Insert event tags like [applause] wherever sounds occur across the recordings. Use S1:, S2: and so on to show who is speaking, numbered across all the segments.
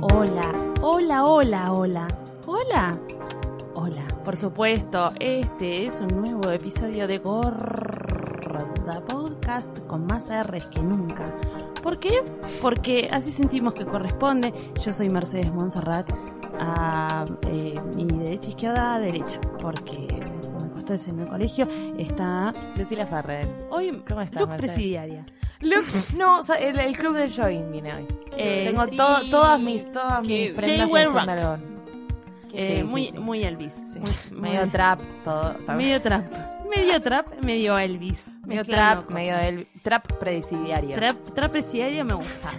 S1: Hola, hola, hola, hola. Hola. Hola. Por supuesto, este es un nuevo episodio de Gorda Podcast con más R's que nunca. ¿Por qué? Porque así sentimos que corresponde. Yo soy Mercedes Monserrat a eh, mi derecha, izquierda, derecha. Porque me costó ese en el colegio. Está
S2: Lucila Farrell.
S1: hoy
S2: ¿Cómo estás,
S1: luz
S2: Mercedes?
S1: presidiaria.
S2: Look- no, o sea, el, el club del jogging vine hoy.
S1: Eh,
S2: Tengo
S1: sí.
S2: to- todas mis, todas mis
S3: Qué-
S2: prendas
S1: Jay
S2: en son
S1: Warrock.
S2: de algodón.
S1: Eh,
S2: Sí, sí,
S1: muy,
S2: sí.
S1: muy Elvis.
S2: Sí. [laughs]
S1: Muy-
S2: medio
S1: muy-
S2: trap, todo. también.
S1: Medio trap. Medio trap, medio Elvis.
S2: Medio
S1: Mezclando
S2: trap,
S1: cosas.
S2: medio el trap predicidiario.
S1: Trap, trapeciario me gusta.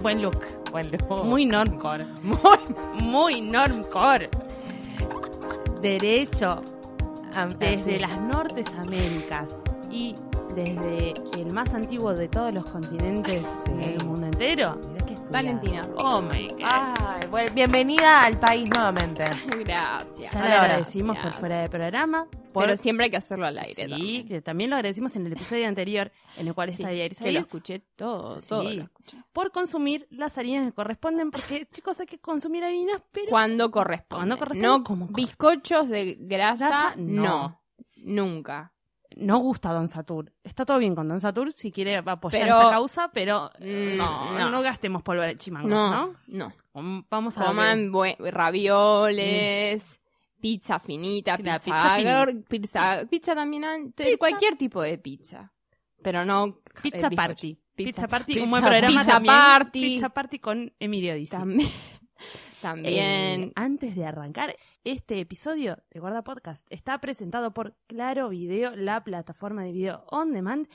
S1: Buen look.
S2: Buen look.
S1: Muy normcore. Muy, muy normcore. Derecho.
S2: Am-
S1: Desde
S2: así.
S1: las Nortes Américas y desde el más antiguo de todos los continentes
S2: Sí.
S1: del mundo entero.
S2: Mirá qué estudiada.
S3: Valentina.
S1: Oh my god.
S4: Ah,
S2: Ay, bueno, bienvenida al país nuevamente.
S3: Ah, Gracias.
S2: le
S1: ya lo
S2: gracias.
S1: agradecimos por fuera de programa. Por...
S3: Pero siempre hay que hacerlo al aire.
S1: Sí,
S3: también.
S1: que también lo agradecimos en el episodio anterior, en el cual
S3: Sí,
S1: está Yair
S3: que lo
S1: Said,
S3: escuché todo,
S1: Sí.
S3: todo lo escuché.
S1: por consumir las harinas que corresponden, [laughs] porque chicos hay que consumir harinas, pero
S3: Cuando corresponde.
S1: Cuando corresponde,
S3: No
S1: como corre-
S3: bizcochos de grasa,
S1: Grasa, no.
S3: no. Nunca.
S1: no gusta Don Satur. Está todo bien con Don Satur si quiere apoyar
S3: Pero-
S1: esta causa, pero
S3: Mm,
S1: no, no,
S3: no.
S1: gastemos polvo de chimango, ¿no?
S3: No, no.
S1: Com- Vamos a ver.
S3: Coman bue- ravioles, pizza finita,
S1: Claro,
S3: pizza,
S1: pizza finita.
S3: agor- pizza, pizza también, antes,
S1: Pizza.
S3: cualquier tipo de pizza. Pero no
S1: Pizza
S3: eh, bizcochos.
S1: Party. Pizza, Party, un
S3: pizza-
S1: buen programa
S3: pizza
S1: también.
S3: Party.
S1: Pizza Party con Emilio Dizzi.
S3: También. [laughs]
S1: Eh,
S3: también.
S1: antes de arrancar, este episodio de Gorda Podcast está presentado por Claro Video, la plataforma de video on demand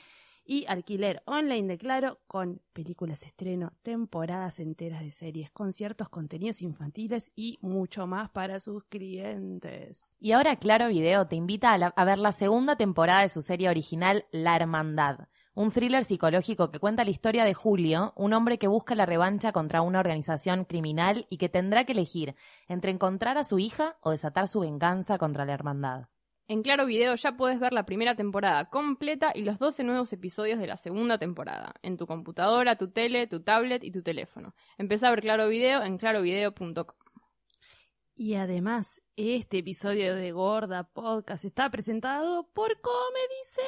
S1: y alquiler online de Claro con películas de estreno, temporadas enteras de series, conciertos, contenidos infantiles y mucho más para sus clientes.
S4: Y ahora Claro Video te invita a, la- a ver la segunda temporada de su serie original La Hermandad, un thriller psicológico que cuenta la historia de Julio, un hombre que busca la revancha contra una organización criminal y que tendrá que elegir entre encontrar a su hija o desatar su venganza contra la Hermandad.
S3: En Claro Video ya puedes ver la primera temporada completa y los 12 nuevos episodios de la segunda temporada, en tu computadora, tu tele, tu tablet y tu teléfono. Empezá a ver Claro Video en clarovideo.com.
S1: Y además, este episodio de Gorda Podcast está presentado por Comedy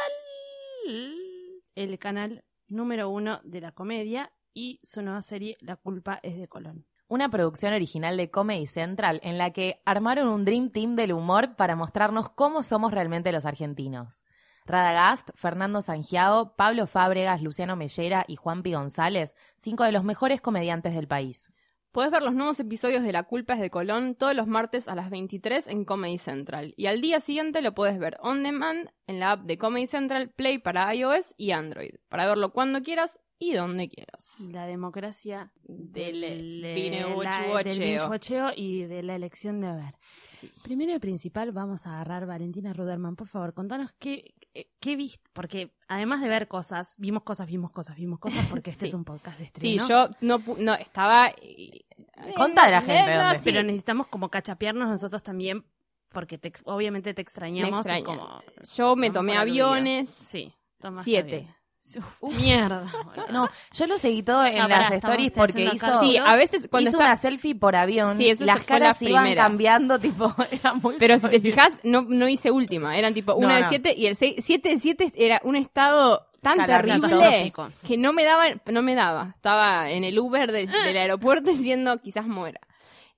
S1: Central, el canal número uno de la comedia y su nueva serie La culpa es de Colón.
S4: Una producción original de Comedy Central en la que armaron un Dream Team del humor para mostrarnos cómo somos realmente los argentinos. Radagast, Fernando Sangiao, Pablo Fábregas, Luciano Mellera y Juanpi González, cinco de los mejores comediantes del país.
S3: Podés ver los nuevos episodios de La culpa es de Colón todos los martes a las 23 en Comedy Central y al día siguiente lo puedes ver on demand en la app de Comedy Central Play para iOS y Android, para verlo cuando quieras y donde quieras.
S1: La democracia del,
S3: Del
S1: de
S3: binevochuocheo.
S1: del binevochuocheo y de la elección de haber.
S3: Sí.
S1: Primero y principal, vamos a agarrar Valentina Ruderman. Por favor, contanos qué, qué, qué viste. Porque además de ver cosas, vimos cosas, vimos cosas, vimos cosas,
S3: [laughs]
S1: porque este
S3: Sí.
S1: es un podcast de
S3: Sí,
S1: estreno.
S3: yo no, pu- no estaba... eh,
S4: Contá de la
S3: no,
S4: gente,
S3: no,
S4: dónde.
S3: sí,
S1: Pero necesitamos como cachapearnos nosotros también, porque te ex- obviamente te
S3: me
S1: extrañamos. y
S3: extraña.
S1: como,
S3: Yo me
S1: ¿no?
S3: tomé
S1: Para aludida.
S3: aviones.
S1: Sí, tomaste
S3: Siete.
S1: bien. Uf, mierda.
S3: [laughs]
S1: boludo.
S4: No, yo lo seguí todo en
S1: Ah, pará,
S4: las
S1: estamos
S4: stories
S1: haciendo
S4: porque hizo,
S1: acá-
S3: Sí, a veces cuando
S4: hizo
S3: está-
S4: una selfie por avión.
S3: Sí, eso
S4: las
S3: se fue
S4: caras
S3: las
S4: iban
S3: primeras.
S4: cambiando, [laughs] tipo, era muy
S3: [laughs] Pero si te
S4: jodido.
S3: fijas, no, no hice última. Eran tipo
S4: No,
S3: una de
S4: no.
S3: siete y el seis- siete de siete era un estado tan
S2: Calamitoso.
S3: terrible que no me daba, no me daba. Estaba en el Uber de-
S4: Ah.
S3: del aeropuerto [laughs] diciendo quizás muera.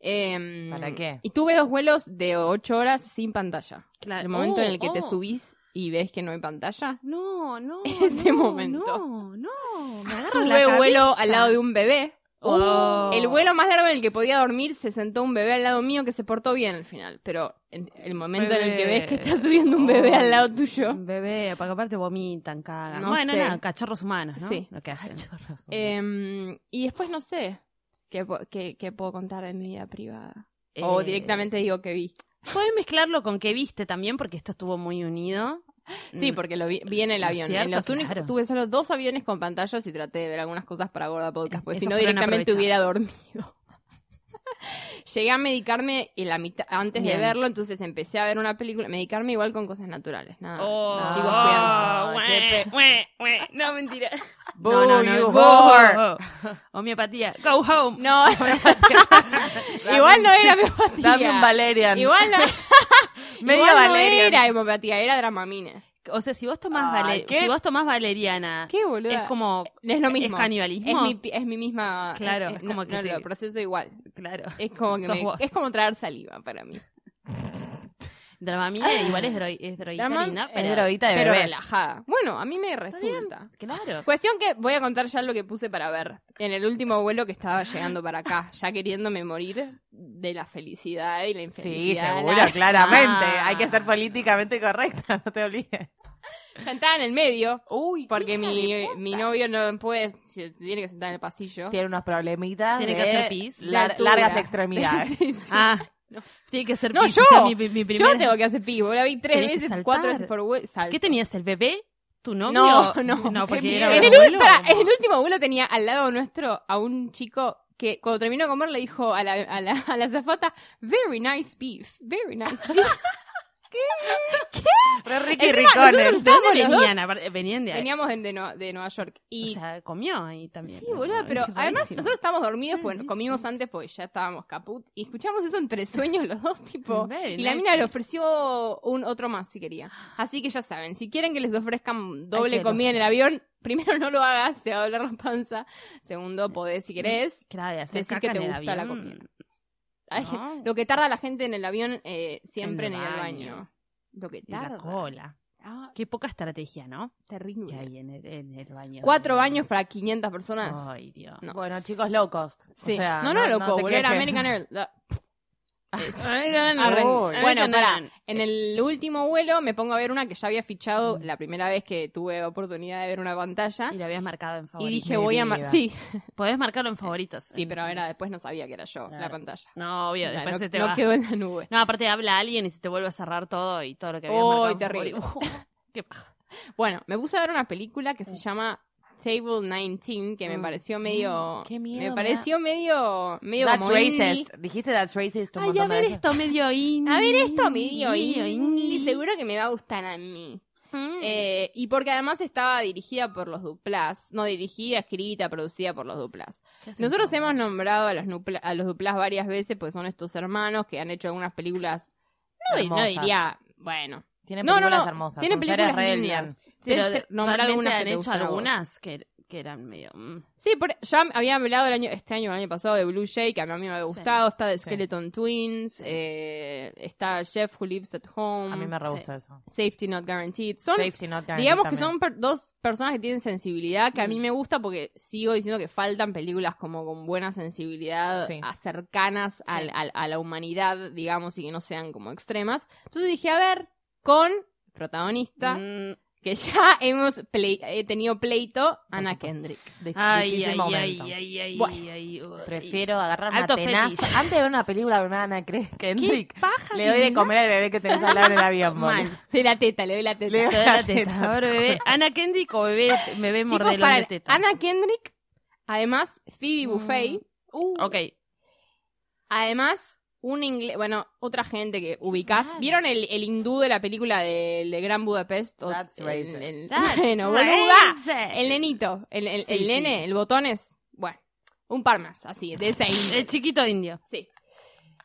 S3: Em,
S4: ¿Para qué?
S3: Y tuve dos vuelos de ocho horas sin pantalla.
S1: Claro.
S3: El momento
S1: Oh,
S3: en el que te
S1: oh.
S3: subís y ves que no hay pantalla.
S1: No, [laughs] no.
S3: Ese
S1: no,
S3: momento.
S1: No, no. Me agarra
S3: Tuve
S1: la
S3: vuelo
S1: cabeza.
S3: al lado de un bebé. Uh,
S1: Oh.
S3: El vuelo más largo en el que podía dormir se sentó un bebé al lado mío que se portó bien al final. Pero en- el momento en el que ves que está subiendo un bebé al
S1: Oh.
S3: lado tuyo.
S1: Bebé, para que aparte vomitan, cagan.
S3: No
S1: bueno,
S3: sé.
S1: nada, cachorros humanos, ¿no?
S3: Sí.
S1: Lo que hacen. Eh,
S4: Cachorros.
S3: Em, y después no sé qué, po- qué- qué puedo contar de mi vida privada. O
S1: Eh,
S3: directamente digo que vi.
S1: Puedes mezclarlo con que viste también, porque esto estuvo muy unido.
S3: Sí,
S1: Mm.
S3: porque lo vi, vi en el
S1: ¿No es
S3: avión.
S1: cierto?
S3: en los únicos-
S1: Claro.
S3: tuve solo dos aviones con pantallas y traté de ver algunas cosas para Gorda Podcast, porque
S1: Esos
S3: si no
S1: fueron
S3: directamente
S1: aprovechados.
S3: hubiera dormido. [laughs] Llegué a medicarme en la mitad, antes
S1: Bien.
S3: de verlo, entonces empecé a ver una película, medicarme igual con cosas naturales, nada.
S1: Oh,
S3: nada, Ah, chicos,
S1: oh,
S3: cuídense.
S1: ué, ué, ué. No, mentira.
S3: Boo,
S1: no, no,
S3: you
S1: no.
S3: whore. [laughs]
S1: Homeopatía. Go home. [laughs]
S3: No, [laughs] igual no era homeopatía.
S4: Dame un Valerian.
S3: Igual no,
S4: Medio
S3: igual no
S4: Valerian.
S3: era homeopatía, era dramamine.
S1: O sea, si vos tomás,
S4: Ah,
S1: vale-
S4: ¿qué?
S1: si vos tomás valeriana,
S3: ¿Qué, boludo?
S1: es como...
S3: Es lo mismo.
S1: ¿Es canibalismo?
S3: Es mi, es mi misma.
S1: Claro,
S3: eh,
S1: es
S3: no-
S1: como que
S3: no,
S1: te-
S3: lo proceso igual.
S1: Claro.
S3: Es como que
S1: Sos
S3: me-
S1: vos.
S3: es como traer saliva para mí.
S1: Dramamine igual es, droi- es droguita
S3: Dramam-
S1: linda,
S4: es
S1: pero...
S4: droguita de
S3: Pero
S4: bebés.
S3: relajada. Bueno, a mí me resulta.
S1: Claro.
S3: Cuestión que voy a contar ya lo que puse para ver. En el último vuelo que estaba llegando para acá, ya queriéndome morir de la felicidad y la
S4: Sí,
S3: infelicidad.
S4: seguro,
S3: La-
S4: claramente.
S1: Ah.
S4: Hay que ser políticamente correcta, [laughs] no te olvides.
S3: Sentada en el medio,
S4: Uy,
S3: porque mi, mi novio no puede, se tiene que sentar en el pasillo.
S4: tiene unos problemitas.
S1: Tiene que
S4: de
S1: hacer pis.
S4: lar-
S3: La altura.
S4: largas [laughs] extremidades.
S3: Sí, sí.
S1: Ah, tiene que ser
S3: No,
S1: pis,
S3: yo.
S1: o sea, mi, mi- mi primera-
S3: Yo tengo que hacer pivo, la vi tres
S1: Tenés que
S3: veces,
S1: saltar.
S3: cuatro veces por vuelo. salto.
S1: ¿Qué tenías, el bebé? ¿Tu novio?
S3: No, [laughs]
S1: [laughs]
S3: no.
S1: No, porque
S3: Qué
S1: era
S3: miedo.
S1: un
S3: en, el, ul-
S1: abuelo,
S3: pará,
S1: ¿o no?
S3: en el último vuelo tenía al lado nuestro a un chico que cuando terminó de comer le dijo a la, a la, a la azafata, very nice beef, very nice
S1: [laughs]
S3: beef.
S4: Re Ricky
S1: Encima,
S4: Ricones.
S1: nosotros ¿Dónde
S3: los dos-
S1: venían? Aparte, Venían de
S3: Veníamos en de, Nue- de Nueva York y...
S1: O sea, comió ahí también.
S3: Sí,
S1: ¿no?
S3: boludo,
S1: Es
S3: pero además
S1: rarísimo.
S3: nosotros estábamos dormidos porque nos
S1: Rarísimo.
S3: comimos antes porque ya estábamos caput y escuchamos eso entre sueños los dos, tipo.
S1: Very
S3: y la
S1: nice
S3: mina le
S1: beef.
S3: ofreció un otro más si quería. Así que ya saben, si quieren que les ofrezcan
S1: Hay
S3: doble
S1: que
S3: comida en el avión, primero [laughs] no lo hagas, te va a doler la panza. Segundo, podés si querés.
S1: Claro, de hacer
S3: decir
S1: caca
S3: que te
S1: en el
S3: gusta la
S1: avión.
S3: comida. Ay,
S1: No.
S3: Lo que tarda la gente en el avión, eh, siempre
S1: En
S3: en
S1: el
S3: el, baño.
S1: baño.
S3: Lo que
S1: Y La
S3: tarda.
S1: cola.
S3: Ah,
S1: Qué poca estrategia, ¿no? Que
S3: terrible.
S1: hay en el, en el baño.
S3: Cuatro baños para 500 personas.
S1: Ay, Dios.
S3: No.
S4: Bueno, chicos, low cost. Ah, O
S3: Sí.
S4: sea,
S3: no, no, loco,
S4: te
S3: volver a
S4: quejes.
S3: American Airlines. La-
S1: Arre-
S4: Uy.
S1: Bueno,
S3: Bueno, pará.
S1: para.
S3: En el último vuelo me pongo a ver una que ya había fichado la primera vez que tuve oportunidad de ver una pantalla.
S1: Y lo habías marcado en
S3: Y
S1: favoritos.
S3: dije, voy a. mar-
S4: Definitiva.
S3: Sí,
S1: Podés marcarlo en favoritos.
S3: sí, pero era después no sabía que era yo la
S1: Claro.
S3: pantalla.
S1: No, obvio,
S3: O sea,
S1: después
S3: no,
S1: se te
S3: no
S1: va.
S3: quedó en la nube.
S1: No, aparte habla alguien y se te vuelve a cerrar todo y todo lo que habías
S3: Uy,
S1: marcado. en
S3: terrible.
S4: [laughs]
S1: favoritos. [laughs] Qué paja.
S3: Bueno, me puse a ver una película que se llama Table 19, que me
S4: Mm.
S3: pareció medio.
S4: Qué miedo, me
S3: Me
S4: da.
S3: pareció medio. medio
S4: That's
S3: como indie.
S4: racist. Dijiste that's racist. un
S1: Ay, a
S4: montón de
S1: ver
S4: veces.
S1: esto medio indie.
S3: A ver esto medio indie.
S1: indie.
S3: Seguro que me va a gustar a mí.
S1: Mm.
S3: Eh, y porque además estaba dirigida por los Duplas, no dirigida, escrita, producida por los Duplas.
S4: ¿Qué hacen
S3: Nosotros
S4: con
S3: hemos
S4: ellos?
S3: nombrado a los, Nupla- a los Duplas varias veces, pues son estos hermanos que han hecho algunas películas, no, di- no
S4: Hermosas.
S3: diría, bueno,
S4: Tienen
S3: no, no,
S4: películas
S3: no,
S4: hermosas.
S3: tienen
S4: son seres
S3: películas
S4: re
S3: lindas.
S4: bien.
S1: Pero
S3: Tenés que nombrar
S1: normalmente
S3: algunas que
S1: han
S3: te
S1: hecho
S3: gustan a vos.
S1: algunas que, que eran medio. mm.
S3: Sí, por- ya había hablado el año, este año o el año pasado de Blue Jay, que a mí me había gustado, está de
S4: Sí.
S3: Skeleton Twins, eh, está Jeff Who Lives at Home,
S4: A mí me re
S1: Sí.
S4: gustó eso.
S3: Safety Not Guaranteed. Son
S4: Safety not guaranteed
S3: Digamos que
S4: también. Mm.
S3: son per- dos personas que tienen sensibilidad que a mí me gusta porque sigo diciendo que faltan películas como con buena sensibilidad,
S4: Sí.
S3: a- cercanas al- al- a la humanidad, digamos, y que no sean como extremas. Entonces dije, a ver, con protagonista
S1: Mm.
S3: que ya hemos ple- he tenido pleito, Ana Kendrick.
S4: Dif-
S1: Ay,
S4: difícil
S1: ay, ay,
S4: momento.
S1: ay, ay,
S3: Bueno,
S1: ay, uy.
S4: Prefiero agarrar una
S1: Alto
S4: tenaza.
S1: fetish.
S4: [laughs] Antes de ver una película con una Ana Cre-
S1: ¿Qué
S4: Kendrick,
S1: paja?
S4: le doy de comer al bebé que tenés al lado en el avión.
S1: Mal.
S4: boludo.
S3: [laughs] De la teta, le doy la teta.
S1: [laughs]
S4: Le [laughs] doy
S1: Te doy la teta. A ver, bebé. Ana Kendrick o bebé, bebé
S3: Chicos,
S1: mordelón
S3: para
S1: de teta.
S3: [laughs] Ana Kendrick, además
S4: Mm.
S3: Phoebe Buffay,
S4: Uh.
S1: Ok.
S3: Además, un inglés, bueno, otra gente que ubicás.
S1: Claro.
S3: ¿Vieron el, el hindú de la película de, de Gran Budapest? O-
S4: That's
S3: el-
S4: racist.
S3: el-
S1: That's
S3: [laughs] bueno, boluda.
S1: racist.
S3: El nenito, el, el,
S1: Sí,
S3: el
S1: sí.
S4: [laughs]
S3: nene, el botones. Bueno, un par más, así, de ese indio.
S1: El chiquito indio.
S3: Sí.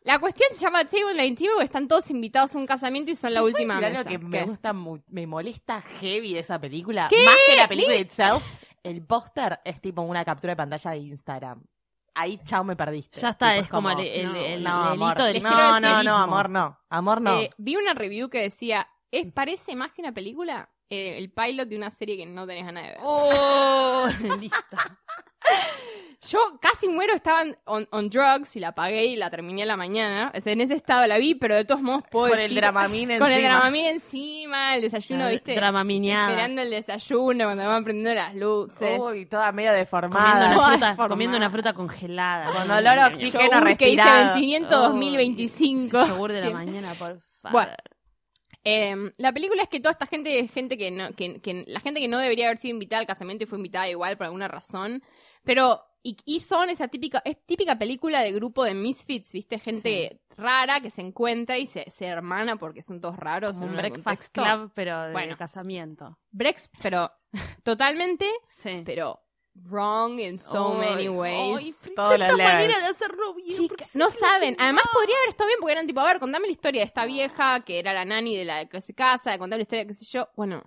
S3: La cuestión se llama Table 21 porque están todos invitados a un casamiento y son la
S4: ¿Te puedo
S3: última
S4: decir algo
S3: mesa.
S4: que me
S3: ¿Qué?
S4: gusta, mu- me molesta heavy de esa película, más que la película itself, el póster es tipo una captura de pantalla de Instagram. Ahí, chao, me perdiste.
S1: Ya está,
S4: Tipo,
S1: es como el, el,
S3: no,
S1: el-
S4: no,
S1: el
S4: amor.
S1: hito del
S4: no,
S1: quiero
S4: no,
S1: decir-
S4: no, amor, no. Amor, no.
S3: Eh, vi una review que decía, es, parece más que una película eh, el pilot de una serie que no tenés ganas de ver.
S1: Oh, [laughs] listo.
S3: Yo casi muero, estaban on, on drugs y la pagué y la terminé a la mañana. O sea, en ese estado la vi, pero de todos modos puedo
S4: con el
S3: decir-
S4: Dramamine
S3: [laughs] Con el
S4: encima.
S3: dramamine encima, el desayuno, ¿viste?
S1: Drama
S3: Esperando el desayuno cuando van prendiendo las luces.
S4: Uy, toda medio
S1: Comiendo [laughs]
S4: deformada.
S1: una,
S3: Todas
S1: fruta,
S3: formadas.
S1: comiendo una fruta congelada.
S4: Con olor a oxígeno.
S3: Yogur que dice
S4: respirado.
S3: vencimiento 2025.
S1: Ese Yogur de la mañana, por favor.
S3: Bueno. Eh, la película es que toda esta gente, gente que no, que, que- la gente que no debería haber sido invitada al casamiento y fue invitada igual por alguna razón, pero y, y son esa típica, es típica película de grupo de misfits, viste, gente rara que se encuentra y se, se hermana porque son todos raros.
S1: Como
S3: en
S1: un
S3: algún
S1: breakfast
S3: contexto.
S1: club, pero de
S3: Bueno.
S1: casamiento.
S3: Brex, pero [laughs] totalmente,
S1: Sí.
S3: pero wrong in so
S1: Ay,
S3: many ways.
S1: ay, pero
S4: todos los
S1: tanta
S4: layers.
S1: manera de hacerlo bien.
S3: Chica,
S1: porque
S3: no
S1: siempre lo
S3: saben.
S1: hacen
S3: Además
S1: mal.
S3: podría haber estado bien porque eran tipo, a ver, contame la historia de esta vieja que era la nani de la que se casa, de contar la historia, qué sé yo. Bueno,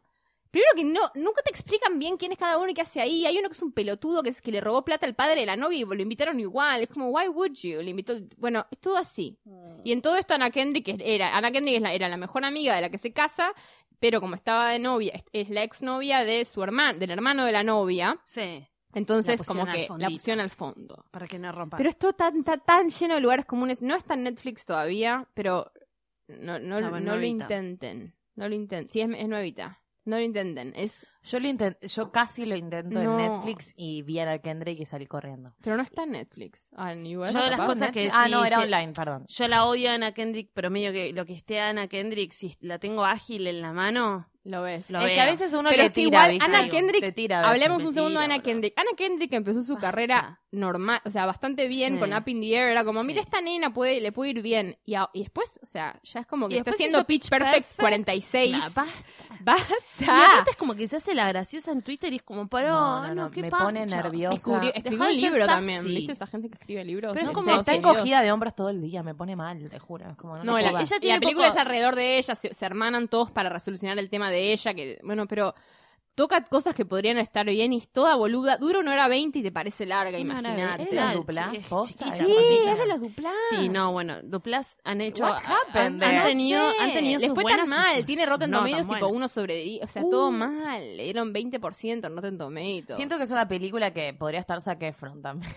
S3: primero que no, nunca te explican bien quién es cada uno y qué hace ahí. Hay uno que es un pelotudo que es que le robó plata al padre de la novia y lo invitaron igual. Es como, why would you? Le invitó, bueno, es todo así.
S1: Mm.
S3: Y en todo esto Ana Kendrick es- era, Ana Kendrick es la- era la mejor amiga de la que se casa, pero como estaba de novia, es, es la exnovia de su hermano, del hermano de la novia.
S1: Sí,
S3: Entonces,
S1: La
S3: como
S1: pusieron al
S3: que la
S1: fondito.
S3: pusieron al fondo.
S1: para que no rompa.
S3: Pero esto tan, tan, tan lleno de lugares comunes. No está en Netflix todavía, pero no, no,
S1: Está
S3: no lo
S1: nuevita.
S3: intenten. No lo intenten. Sí, es, es nuevita. No lo intenten. Es,
S4: Yo, lo inten- yo casi lo intento en
S3: No.
S4: Netflix y vi a Kendrick y salí corriendo.
S3: pero no está en Netflix. Ah, en US,
S1: Yo de las
S3: capaz.
S1: cosas que
S4: Ah,
S1: sí
S4: no, era
S1: hice-
S4: online, perdón.
S1: Yo la odio a Ana Kendrick, pero medio que lo que esté Ana Kendrick, si la tengo ágil en la mano,
S3: Lo ves.
S1: Lo
S4: es
S1: veo.
S4: que a veces uno
S3: Pero
S4: le
S3: es que
S4: tira,
S3: igual
S4: ¿viste?
S3: Ana Kendrick-
S4: Te tira a veces.
S3: Hablemos un
S1: mentira,
S3: segundo de Ana
S1: boludo.
S3: Kendrick. Ana Kendrick empezó su
S1: Basta.
S3: carrera normal, o sea, bastante bien
S1: Sí.
S3: con Up in the Air. Era como,
S1: Sí.
S3: mira, esta nena puede, le puede ir bien. Y, a- y después, o sea, ya es como que
S1: Y
S3: está
S1: después
S3: haciendo
S1: hizo
S3: Pitch
S1: Pitch
S3: Perfect,
S1: Perfect.
S3: 46.
S1: la basta. Y
S3: ¡Basta!
S1: aparte es como que se hace la graciosa en Twitter y es como, paró,
S4: No,
S1: no,
S4: no, no,
S1: qué
S4: me
S1: pancho.
S4: pone nerviosa.
S3: Escribió,
S1: de
S4: Dejá
S3: escribió un
S1: ser
S3: libro
S1: sassy.
S3: también. ¿Viste esa gente que escribe libros?
S1: Pero
S4: No,
S1: es
S3: Es
S4: como
S1: sí,
S4: está
S3: obvio, Dios.
S4: encogida de hombros todo el día, me pone mal, te juro. es como, no,
S3: No,
S4: me
S3: la-
S4: jodas.
S1: ella
S3: y la
S1: tiene
S3: película
S1: poco-
S3: es alrededor de ella, se, se hermanan todos para resolucionar el tema de ella, que bueno, pero toca cosas que podrían estar bien y es toda boluda, dura una hora veinte y te parece larga,
S1: Una hora
S3: imagínate.
S4: ¿Es
S1: veinte.
S4: de los
S1: Era
S4: Duplás,
S1: chiqui-
S4: posta,
S1: chiquita,
S4: esa
S1: Sí,
S4: gordita?
S1: es de los
S3: duplas.
S1: Sí, no, bueno, Duplas han hecho.
S4: What
S1: han,
S4: happened
S1: han
S4: there?
S1: tenido, han tenido
S3: Les
S1: sus
S3: fue
S1: buenas
S3: tan
S1: y
S3: mal,
S1: sus Uh.
S3: tiene Rotten
S1: no tan
S3: Tomatoes tipo
S1: buenas.
S3: uno sobre 10, o sea, todo mal. Le dieron 20% en Rotten Tomatoes.
S4: Siento que es una película que podría estar Zac Efron también.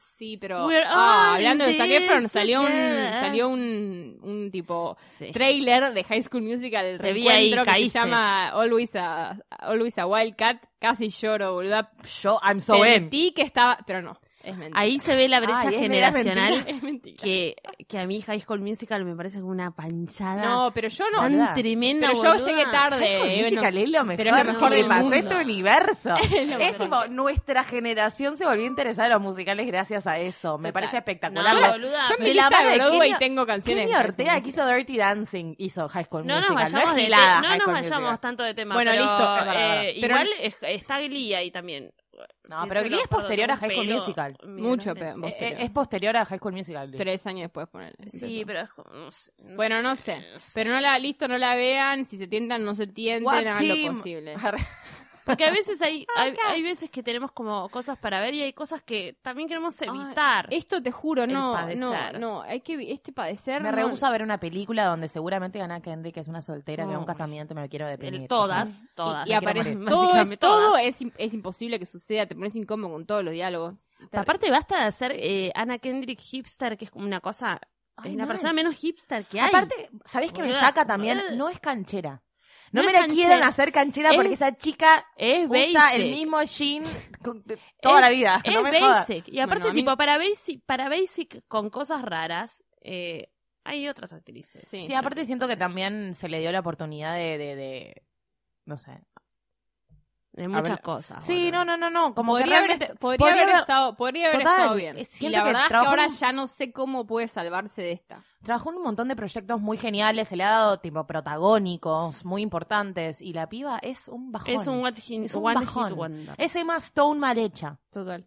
S3: Sí, pero
S1: We're
S3: ah,
S1: all
S3: hablando de
S1: in
S3: Zac Efron,
S1: this
S3: salió un
S1: together.
S3: salió un un tipo
S1: Sí.
S3: trailer de High School Musical, el
S1: Eh, Te vi ahí,
S3: reencuentro que se
S1: caíste.
S3: llama Always a, Always a Wildcat. Casi lloro, boluda.
S4: [laughs] Yo, I'm so in.
S3: Sentí que estaba... Pero no, es mentira.
S1: Ahí se ve la brecha
S4: Ay, es media
S1: generacional
S3: es mentira.
S1: que, que a mi High School Musical me parece como una panchada.
S3: No, pero yo no...
S1: tan
S4: boluda.
S1: tremenda.
S3: pero yo
S1: boluda.
S3: llegué tarde.
S4: High
S3: eh,
S4: School Musical
S3: no.
S4: es lo mejor,
S3: pero es lo mejor
S4: que
S3: del
S4: pasó
S3: mundo.
S4: este universo.
S3: lo
S4: es
S3: mejor.
S4: tipo, nuestra generación se volvió a interesar en los musicales gracias a eso. Me
S3: Total.
S4: parece
S1: No,
S4: espectacular. La-
S1: boluda.
S3: Yo en mi
S4: de la
S3: lista
S4: mano
S3: de
S4: de
S3: Broadway
S4: Kenny-
S3: tengo canciones.
S4: Kenny
S3: de High School
S4: Ortega que
S3: Musical.
S4: hizo Dirty Dancing, hizo High School
S1: No nos
S4: Musical.
S1: vayamos
S4: es
S1: de
S4: gilada
S1: no
S4: High
S1: nos
S4: School
S1: vayamos
S4: Musical.
S1: tanto de tema.
S3: Bueno,
S1: pero,
S3: listo, es verdad,
S1: eh,
S3: verdad. Pero-
S1: igual es- está Glee ahí también.
S4: No, pero Glee es posterior a High School Musical.
S3: Mucho peor.
S4: Eh, eh, es posterior a High School Musical. Glee.
S3: Tres años después ponerle.
S1: Sí, pero es como- no sé, no
S3: Bueno, no sé. Pero no la, listo, no la vean. Si se tientan, no se
S4: What
S3: tienten. Hagan lo
S4: team?
S3: posible.
S1: Porque a veces [laughs] hay, hay, hay veces que tenemos como cosas para ver y hay cosas que también queremos evitar.
S3: Esto te juro,
S1: El
S3: no, no,
S1: padecer.
S3: no. Hay que vi- este padecer.
S4: Me
S3: no-
S4: rehúso a ver una película donde seguramente Ana Kendrick es una soltera que va a un
S1: Uy.
S4: casamiento y me quiero deprimir.
S1: El-
S4: O sea,
S1: todas, todas.
S3: Y, y
S4: Me quiero
S1: [laughs]
S3: aparece
S1: morir.
S3: todo, es,
S1: Básicamente
S3: todo
S1: todas.
S3: es, im- es imposible que suceda. Te pones incómodo con todos los diálogos.
S1: Aparte basta de hacer eh, Ana Kendrick hipster, que es como una cosa,
S4: Ay,
S1: es la
S4: mal.
S1: persona menos hipster que hay.
S4: Aparte, ¿sabés qué me
S1: Boluda.
S4: saca también?
S1: Boluda.
S4: No es canchera. No,
S1: No
S4: me
S1: es
S4: la quieren
S1: canchera.
S4: hacer canchera porque
S1: Es-
S4: esa chica
S1: es
S4: usa
S1: basic.
S4: el mismo jean con- de- toda
S1: Es-
S4: la vida. [laughs]
S1: Es
S4: no me jodas.
S1: basic. Y aparte,
S3: Bueno, a mí-
S1: tipo, para basic, para basic con cosas raras, eh, hay otras actrices.
S3: Sí.
S4: Sí, aparte siento que también se le dio la oportunidad de... de- de- no sé.
S1: De muchas
S4: ver.
S1: cosas.
S4: Sí,
S1: boludo.
S4: no, no, no, no. Como que
S3: podría haber,
S4: realmente...
S3: est- podría haber estado, podría haber
S4: Total,
S3: estado bien.
S4: eh,
S3: Y
S4: siento
S3: la
S4: que
S3: verdad es que
S4: trabajó
S3: ahora
S4: en-
S3: ya no sé cómo puede salvarse de esta.
S4: Trabajó en un montón de proyectos muy geniales, se le ha dado tipo protagónicos muy importantes y la piba es un bajón.
S1: Es un what hit-
S4: Es un
S1: one hit
S4: bajón.
S1: wonder.
S4: Es Emma Stone mal hecha.
S3: Total.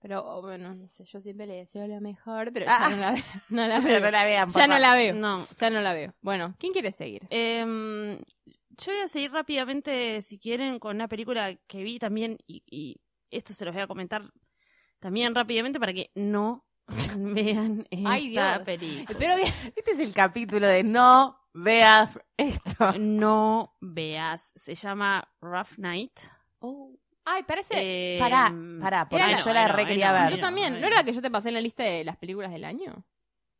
S3: Pero oh, bueno, no sé, yo siempre le deseo lo mejor, pero
S4: Ah.
S3: ya no la, ve- no la
S4: [laughs] Pero
S3: veo.
S4: no la vean, por
S3: ya no
S4: favor.
S3: la veo.
S1: No.
S3: Ya no la veo. Bueno, ¿quién quiere seguir?
S1: Em, yo voy a seguir rápidamente, si quieren, con una película que vi también y, y esto se los voy a comentar también rápidamente para que no [laughs] vean esta
S3: Ay, Dios.
S1: película.
S3: Pero bien.
S4: [laughs] Este es el capítulo de no veas esto.
S1: No veas. Se llama Rough Night.
S3: Ay, parece.
S1: Em,
S4: Pará, pará, porque
S1: era,
S4: yo la
S1: era,
S4: re quería
S1: era,
S4: ver.
S3: Eh, yo
S1: era,
S3: también.
S1: era.
S3: ¿No era la que yo te pasé en la lista de las películas del año?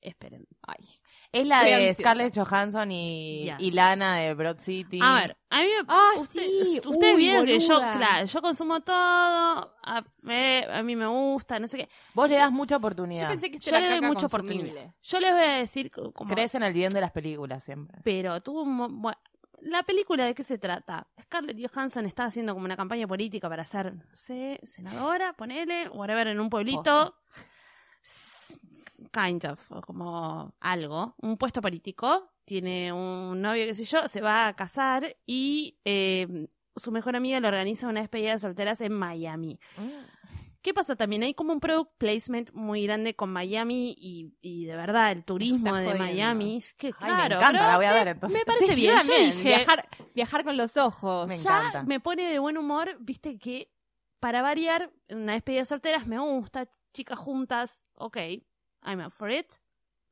S1: Esperen.
S3: Ay.
S4: Es la
S3: Estoy
S4: de
S3: ansiosa.
S4: Scarlett Johansson y,
S1: Yes.
S4: y Lana de Broad City.
S1: A ver, a mí me
S3: Ah,
S1: Usted-
S3: sí.
S1: Ustedes
S3: Uy,
S1: vieron que yo,
S3: boluda.
S1: claro, yo consumo todo, a, me- a mí me gusta, no sé qué.
S4: Vos le das mucha
S3: Yo
S4: oportunidad.
S3: pensé que este
S1: Yo
S3: era
S1: le doy
S3: caca
S1: mucha
S3: consumible.
S1: oportunidad. Yo les voy a decir co- como...
S4: Crees en el bien de las películas siempre.
S1: Pero tuvo un... mo- bueno, la película de qué se trata. Scarlett Johansson está haciendo como una campaña política para ser, no sé, senadora, ponele, whatever, en un pueblito. S- Kind of, o como algo. Un puesto político. Tiene un novio, qué sé yo, se va a casar y eh, su mejor amiga le organiza una despedida de solteras en Miami.
S4: Mm.
S1: ¿Qué pasa también? Hay como un product placement muy grande con Miami y, y de verdad el turismo
S3: Está
S1: de
S3: jodiendo.
S1: Miami. Es que,
S4: Ay,
S1: claro,
S4: me encanta,
S1: pero
S4: la voy a
S1: me-
S4: ver entonces.
S1: Me parece
S3: Sí,
S1: bien.
S3: yo
S1: Yo
S3: también,
S1: dije,
S3: Viajar, viajar con los ojos.
S4: Me
S1: ya
S4: encanta.
S1: me pone de buen humor, viste que para variar, una despedida de solteras me gusta, chicas juntas, ok, I'm up for it.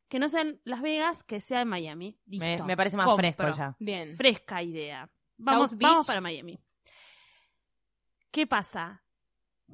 S1: Que no sean Las Vegas, que sea en Miami.
S4: Me,
S1: Listo,
S4: me parece más
S1: compro
S4: fresco ya.
S3: Bien.
S1: fresca idea. Vamos,
S3: South
S1: vamos
S3: Beach.
S1: para Miami. ¿Qué pasa?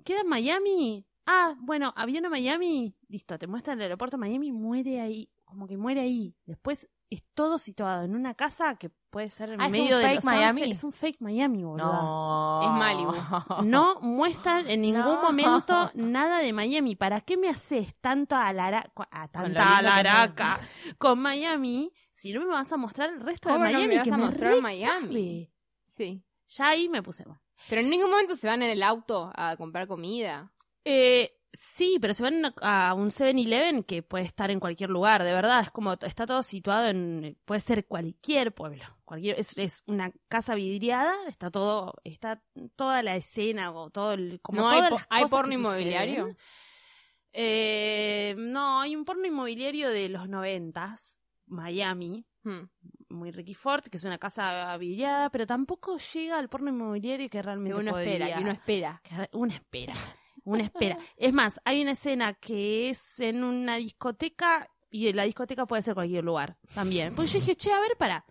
S1: ¿Queda en Miami? Ah, bueno, avión a Miami. Listo, te muestran el aeropuerto de Miami, muere ahí. Como que muere ahí. Después es todo situado en una casa que puede ser en
S4: Ah, ¿es un
S1: medio de
S4: fake
S1: Los
S4: Miami?
S1: Ángeles. Es un fake Miami, boludo.
S4: No.
S3: Es Malibu.
S1: [laughs] No muestran en ningún
S4: No.
S1: momento nada de Miami. ¿Para qué me haces tanto alara, a
S4: Con lo
S1: tanta
S4: lindo que no-
S1: alaraca con Miami si no me vas a mostrar el resto de
S3: ¿Cómo no
S1: Miami
S3: me vas
S1: que
S3: a
S1: me
S3: mostrar
S1: re
S3: Miami?
S1: cabe?
S3: Sí.
S1: Ya ahí me puse mal.
S3: Pero en ningún momento se van en el auto a comprar comida.
S1: Eh, sí, pero se van a un 7-Eleven que puede estar en cualquier lugar, de verdad. Es como, está todo situado en, puede ser cualquier pueblo. Cualquier, es, es una casa vidriada, está todo, está toda la escena o todo el, como
S3: ¿No hay,
S1: todas
S3: po-
S1: las
S3: hay
S1: cosas
S3: porno
S1: que suceden.
S3: inmobiliario?
S1: Eh, no, hay un porno inmobiliario de los noventas, Miami,
S3: Hmm.
S1: muy Ricky Ford, que es una casa vidriada, pero tampoco llega al porno inmobiliario que
S3: Que
S1: realmente
S3: uno espera,
S1: podría.
S3: que uno espera.
S1: Que- Una espera, una espera.
S4: [laughs]
S1: Es más, hay una escena que es en una discoteca y en la discoteca puede ser cualquier lugar también. Porque yo dije, che, a ver, para,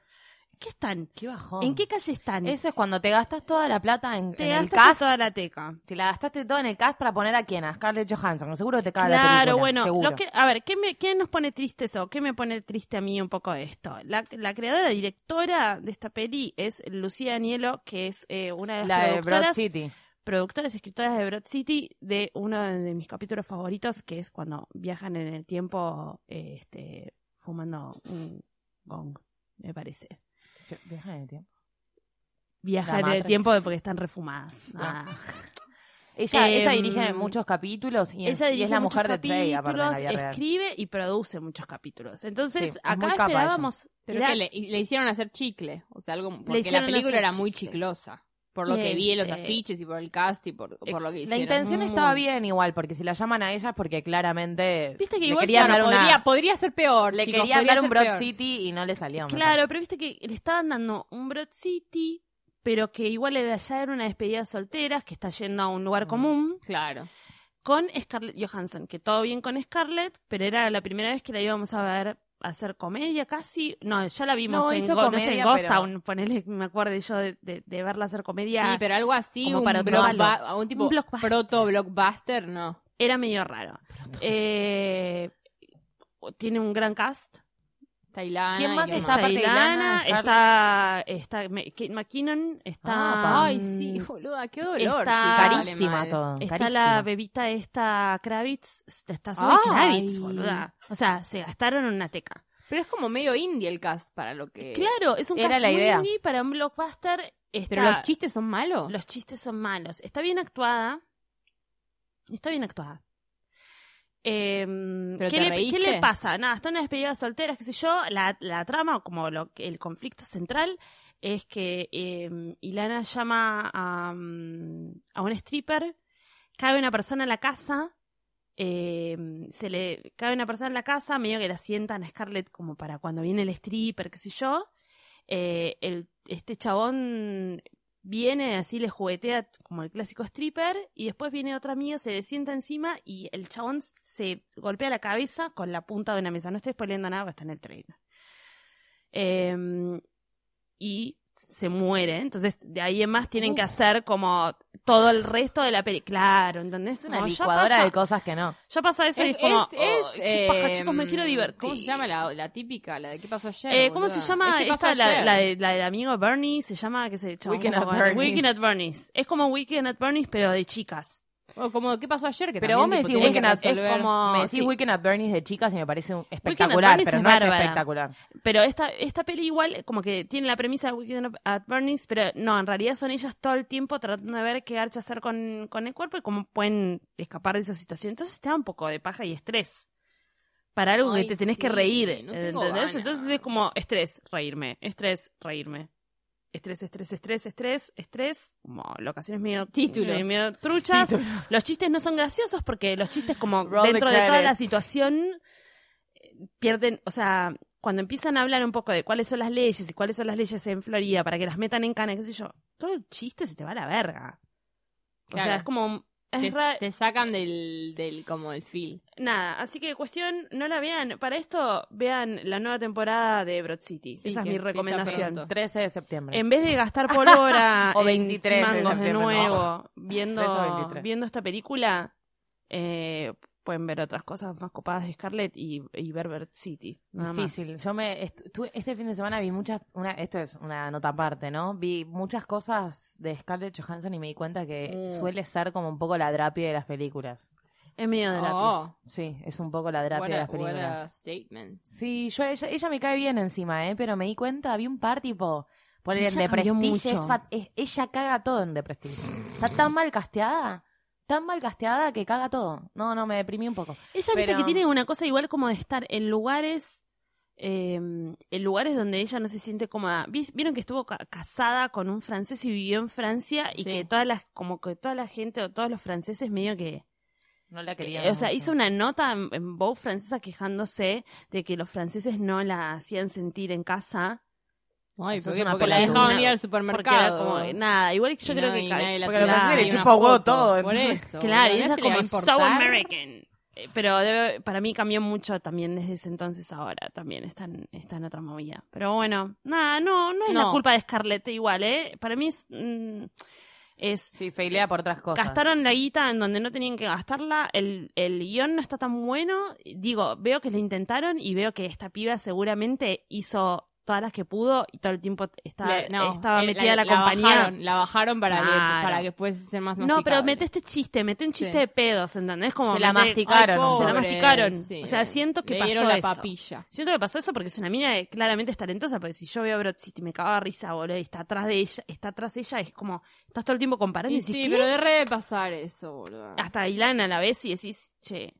S1: ¿qué están?
S4: Qué bajón.
S1: ¿En qué calle están?
S4: [laughs] Eso es cuando te gastas toda la plata en,
S1: Te
S4: en el
S1: gastaste
S4: cast.
S1: toda la teca.
S4: Te la gastaste toda en el cast para poner a quién, a Scarlett Johansson. Seguro que te caga la película.
S1: Claro, bueno,
S4: seguro.
S1: lo que, a ver, ¿qué, me, ¿qué nos pone triste eso? ¿Qué me pone triste a mí un poco esto? La, la creadora, directora de esta peli es Lucía Danielo, que es eh, una de las
S4: La de Broad
S1: productoras,
S4: City.
S1: productoras y escritoras de Broad City, de uno de mis capítulos favoritos, que es cuando viajan en el tiempo eh, este, fumando un gong, me parece.
S4: Viaja en el tiempo. La
S1: Viajan en el
S4: Matrix.
S1: tiempo porque están refumadas.
S4: Ah.
S1: Ah.
S4: Ella, ella
S1: Em,
S4: dirige muchos capítulos y es,
S1: Ella
S4: y es
S1: dirige
S4: la
S1: muchos
S4: mujer de Trey, aparte en la
S1: capítulos,
S4: vida real.
S1: escribe y produce muchos capítulos. Entonces,
S4: Sí, es muy
S1: acá
S4: capa ella.
S1: esperábamos.
S3: Pero
S1: era-
S3: que le, y le hicieron hacer chicle. O sea, algo. Porque la
S1: hicieron
S3: película
S1: hacer
S3: era muy
S1: chicle.
S3: chiclosa. Por lo que
S1: Le-
S3: vi en los
S1: eh,
S3: afiches y por el cast y por, por lo que
S4: la
S3: hicieron.
S4: intención
S1: Mm.
S4: estaba bien igual, porque si la llaman a ella es porque claramente
S1: Viste que
S4: le
S1: igual ya
S4: querían dar
S3: Claro,
S4: una-
S3: podría, podría ser peor.
S4: le
S3: chicos,
S4: querían
S3: podría
S4: dar un
S3: ser
S4: Broad
S3: peor.
S4: City y no le salió. me
S1: Claro,
S4: parece.
S1: pero viste que le estaban dando un Broad City, pero que igual era ya era una despedida de solteras que está yendo a un lugar
S4: Mm.
S1: común
S3: Claro.
S1: con Scarlett Johansson, que todo bien con Scarlett, pero era la primera vez que la íbamos a ver hacer comedia casi. No, ya la vimos
S4: No,
S1: en,
S4: hizo
S1: Go- no sé, en
S4: comedia,
S1: Ghost
S4: pero-
S1: Town, ponele, me acuerdo yo de, de- de verla hacer comedia.
S3: Sí, pero algo así.
S1: como
S3: un
S1: para otro
S3: blockbu-
S1: palo.
S3: un tipo
S1: Un blockbuster.
S3: proto-blockbuster, no.
S1: Era medio raro. Eh, tiene un gran cast.
S3: Tailana.
S4: ¿Quién
S3: y
S4: más
S3: qué
S4: está? aparte de
S1: Ilana,
S4: Ilana,
S1: está, está Ma- Kate McKinnon, está...
S4: Ah,
S3: Ay, sí, boluda, qué dolor.
S1: Mm. Está-
S3: si sale
S4: carísima
S3: mal.
S4: todo.
S1: Está
S4: carísima.
S1: la bebita esta Kravitz, está Zoe
S3: Ay.
S1: Kravitz, boluda. O sea, se gastaron una teca.
S3: Pero es como medio indie el cast para lo que.
S1: Claro, es un
S4: era
S1: cast
S4: la
S1: muy
S4: idea.
S1: indie para un blockbuster. Está-
S3: Pero los chistes son malos.
S1: los chistes son malos. Está bien actuada. Está bien actuada. Eh,
S3: ¿Pero
S1: ¿qué,
S3: te
S1: le, qué le
S3: reíste?
S1: pasa? Nada, están en despedidas solteras, qué sé yo. La, la trama, como lo, que- el conflicto central, es que eh, Ilana llama a, mm, a un stripper, cae una persona en la casa eh, se le cae una persona en la casa, medio que la sientan a Scarlett como para cuando viene el stripper, qué sé yo. Eh, el, este chabón viene así, le juguetea como el clásico stripper, y después viene otra amiga, se le sienta encima y el chabón se golpea la cabeza con la punta de una mesa. No estoy spoileando nada, porque está en el trailer. Eh, y se muere, entonces de ahí en más tienen que hacer como todo el resto de la peli. Claro, ¿entendés?
S4: Es una
S1: Como ya
S4: licuadora
S1: pasa-
S4: de cosas que no.
S1: ya pasa eso y es como, "Oh, qué paja,
S3: eh,
S1: chicos, me quiero divertir.
S3: ¿Cómo se llama la, la típica? La de ¿Qué pasó ayer?
S1: Eh, ¿Cómo se
S3: boluda?
S1: llama
S3: Es ¿Qué pasó
S1: esta, la,
S3: ayer?
S1: la de- la del amigo Bernie? Se llama, que se
S4: Weekend at Bernie's.
S1: Weekend at Bernie's. Es como Weekend at Bernie's, pero de chicas.
S3: O como ¿Qué pasó ayer? Que
S4: Pero vos
S3: también,
S4: me
S3: tipo,
S4: decís
S3: tienen que
S4: Weekend at, es
S3: resolver.
S4: como, me decís
S1: sí.
S4: Weekend at Bernie's de chicas y me parece un
S1: at
S4: espectacular,
S1: Bernie's
S4: pero
S1: es
S4: no es
S1: bárbara.
S4: espectacular.
S1: Pero esta, esta peli igual, eh, como que tiene la premisa de Weekend at Bernie's, pero no, en realidad son ellas todo el tiempo tratando de ver qué archa hacer con, con el cuerpo y cómo pueden escapar de esa situación. Entonces te da un poco de paja y estrés. Para algo
S3: Ay,
S1: que te tenés
S3: sí,
S1: que reír,
S3: no tengo
S1: ¿entendés?
S3: ganas.
S1: Entonces es como estrés, reírme, estrés, reírme. Estrés, estrés, estrés, estrés, estrés. Como locaciones medio
S3: Títulos.
S1: medio truchas. Los chistes no son graciosos porque los chistes como
S4: Roll the
S1: dentro de toda la
S4: credits.
S1: situación eh, pierden, o sea, cuando empiezan a hablar un poco de cuáles son las leyes y cuáles son las leyes en Florida para que las metan en cana, qué sé yo, todo el chiste se te va a la verga. O
S3: Claro.
S1: sea, es como es
S3: Te,
S1: ra-
S3: te sacan del, del como el feel.
S1: nada, así que cuestión, no la vean, para esto vean la nueva temporada de Broad City.
S3: Sí,
S1: Esa es
S3: que
S1: mi
S3: empieza
S1: recomendación.
S3: pronto.
S4: 13 de septiembre.
S1: En vez de gastar
S4: [laughs]
S1: por hora
S4: O
S1: en
S4: 23 de
S1: chimangos de
S4: septiembre,
S1: nuevo
S4: Tres o
S1: viendo,
S4: 23.
S1: viendo esta película, eh, pueden ver otras cosas más copadas de Scarlett y, y ver Bird City. Nada más.
S4: Difícil. Yo me estu- tuve- este fin de semana vi muchas, una, esto es una nota aparte, ¿no? Vi muchas cosas de Scarlett Johansson y me di cuenta que
S1: Mm.
S4: suele ser como un poco la drapia de las películas.
S1: Es medio de la
S3: Oh,
S4: Sí, es un poco la drapia
S3: what
S4: de
S3: a-
S4: las
S3: what
S4: películas.
S3: a statement.
S4: Sí, yo ella, ella me cae bien encima, ¿eh? Pero me di cuenta, vi un par tipo. Por el
S1: Ella
S4: de
S1: cambió
S4: Prestige, es
S1: mucho.
S4: fa- es- ella caga todo en de Prestige. Está tan mal casteada, tan mal casteada que caga todo. No, no, me deprimí un poco.
S1: Ella viste
S4: Pero-
S1: que tiene una cosa igual como de estar en lugares. eh, en lugares donde ella no se siente cómoda. Vi- Vieron que estuvo ca- casada con un francés y vivió en Francia y
S3: Sí.
S1: que todas las, como que toda la gente o todos los franceses medio que
S4: No la
S1: que-
S4: quería.
S1: Eh, o sea, hizo una nota en, en Vogue francesa quejándose de que los franceses no la hacían sentir en casa. Ah,
S3: Ay,
S4: Eso
S3: ¿por
S4: es
S3: qué?
S4: una
S3: porque la
S4: película.
S3: dejaban ir
S1: Porque
S3: al
S1: era
S3: supermercado.
S1: como, nada, igual que yo creo que... ca-
S4: porque los franceses le chupa huevo todo,
S3: Por
S4: entonces-
S3: eso.
S1: claro, y
S3: boludo,
S1: ella
S3: ¿a nadie
S1: como,
S3: se le va a
S1: so
S3: importar?
S1: American. Eh, Pero debe- para mí cambió mucho también desde ese entonces ahora, también está en, está en otra movida. Pero bueno, nada, no, no es la
S3: No.
S1: culpa de Scarlett igual, ¿eh? Para mí es... mm, es
S4: Sí, feilea por otras cosas.
S1: Gastaron la guita en donde no tenían que gastarla. El, el guión no está tan bueno. Digo, veo que lo intentaron y veo que esta piba seguramente hizo todas las que pudo y todo el tiempo estaba,
S3: Le- no,
S1: estaba
S3: eh,
S1: metida la, compañía.
S3: Bajaron, la bajaron para,
S1: Claro.
S3: que, para que pudiese ser más
S1: no, pero
S3: masticable.
S1: mete este chiste, mete un chiste
S3: Sí.
S1: de pedos, ¿entendés? Como
S4: Se la
S1: mete-
S4: mastica-
S3: Ay,
S4: masticaron,
S1: se la
S3: pobre,
S1: masticaron.
S3: sí.
S1: O sea, siento que
S3: Le
S1: pasó
S3: dieron la
S1: eso.
S3: papilla.
S1: Siento que pasó eso porque es una mina que claramente es talentosa, porque si yo veo a Broad City me cago de risa, boludo, y está atrás de ella, está atrás de ella, es como, estás todo el tiempo comparando y,
S3: Y
S1: decís,
S3: sí,
S1: ¿qué?
S3: pero de re de pasar eso, boludo.
S1: hasta Ilana a la vez y decís, che,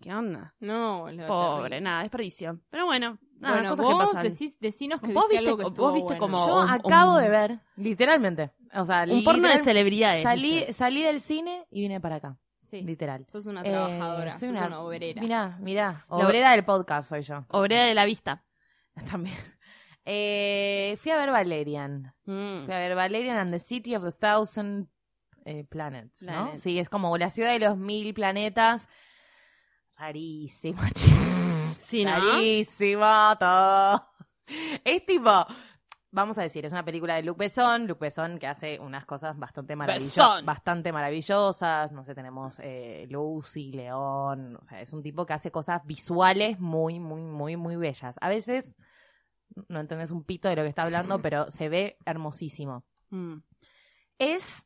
S1: ¿qué onda?
S3: No, boludo.
S1: Pobre,
S3: terrible.
S1: nada, desperdicio. Pero bueno, nada,
S3: Bueno,
S1: cosas que
S3: vos
S1: pasan.
S3: decís, decinos que
S1: Vos
S3: viste
S1: viste
S3: algo que
S1: co- vos
S3: estuvo
S1: viste
S3: bueno.
S1: como-
S4: Yo
S1: un-
S4: acabo
S1: un-
S4: de ver, literalmente. O sea,
S1: un porno de
S4: literal-
S1: celebridades.
S4: Salí,
S1: ¿viste?
S4: salí del cine y vine para acá,
S3: Sí,
S4: literal.
S3: sos una
S4: Eh,
S3: trabajadora,
S4: soy
S3: sos una, obrera.
S4: Mirá, mirá.
S1: La-
S4: Obrera del podcast soy yo. [laughs]
S1: Obrera de la vista.
S4: También. Eh, fui a ver Valerian.
S1: Mm.
S4: Fui a ver Valerian and the City of the Thousand eh, Planets, ¿no?
S1: Planets.
S4: Sí, es como la ciudad de los mil planetas. [laughs] Rarísima, chica.
S1: Sí, ¿no?
S4: Rarísima, todo. Es tipo, vamos a decir, es una película de Luc Besson, Luc Besson que hace unas cosas bastante maravillosas,
S1: Besson.
S4: bastante maravillosas, no sé, tenemos eh, Lucy, León, o sea, es un tipo que hace cosas visuales muy, muy, muy, muy bellas. A veces no entendés un pito de lo que está hablando, pero se ve hermosísimo.
S1: Mm.
S4: Es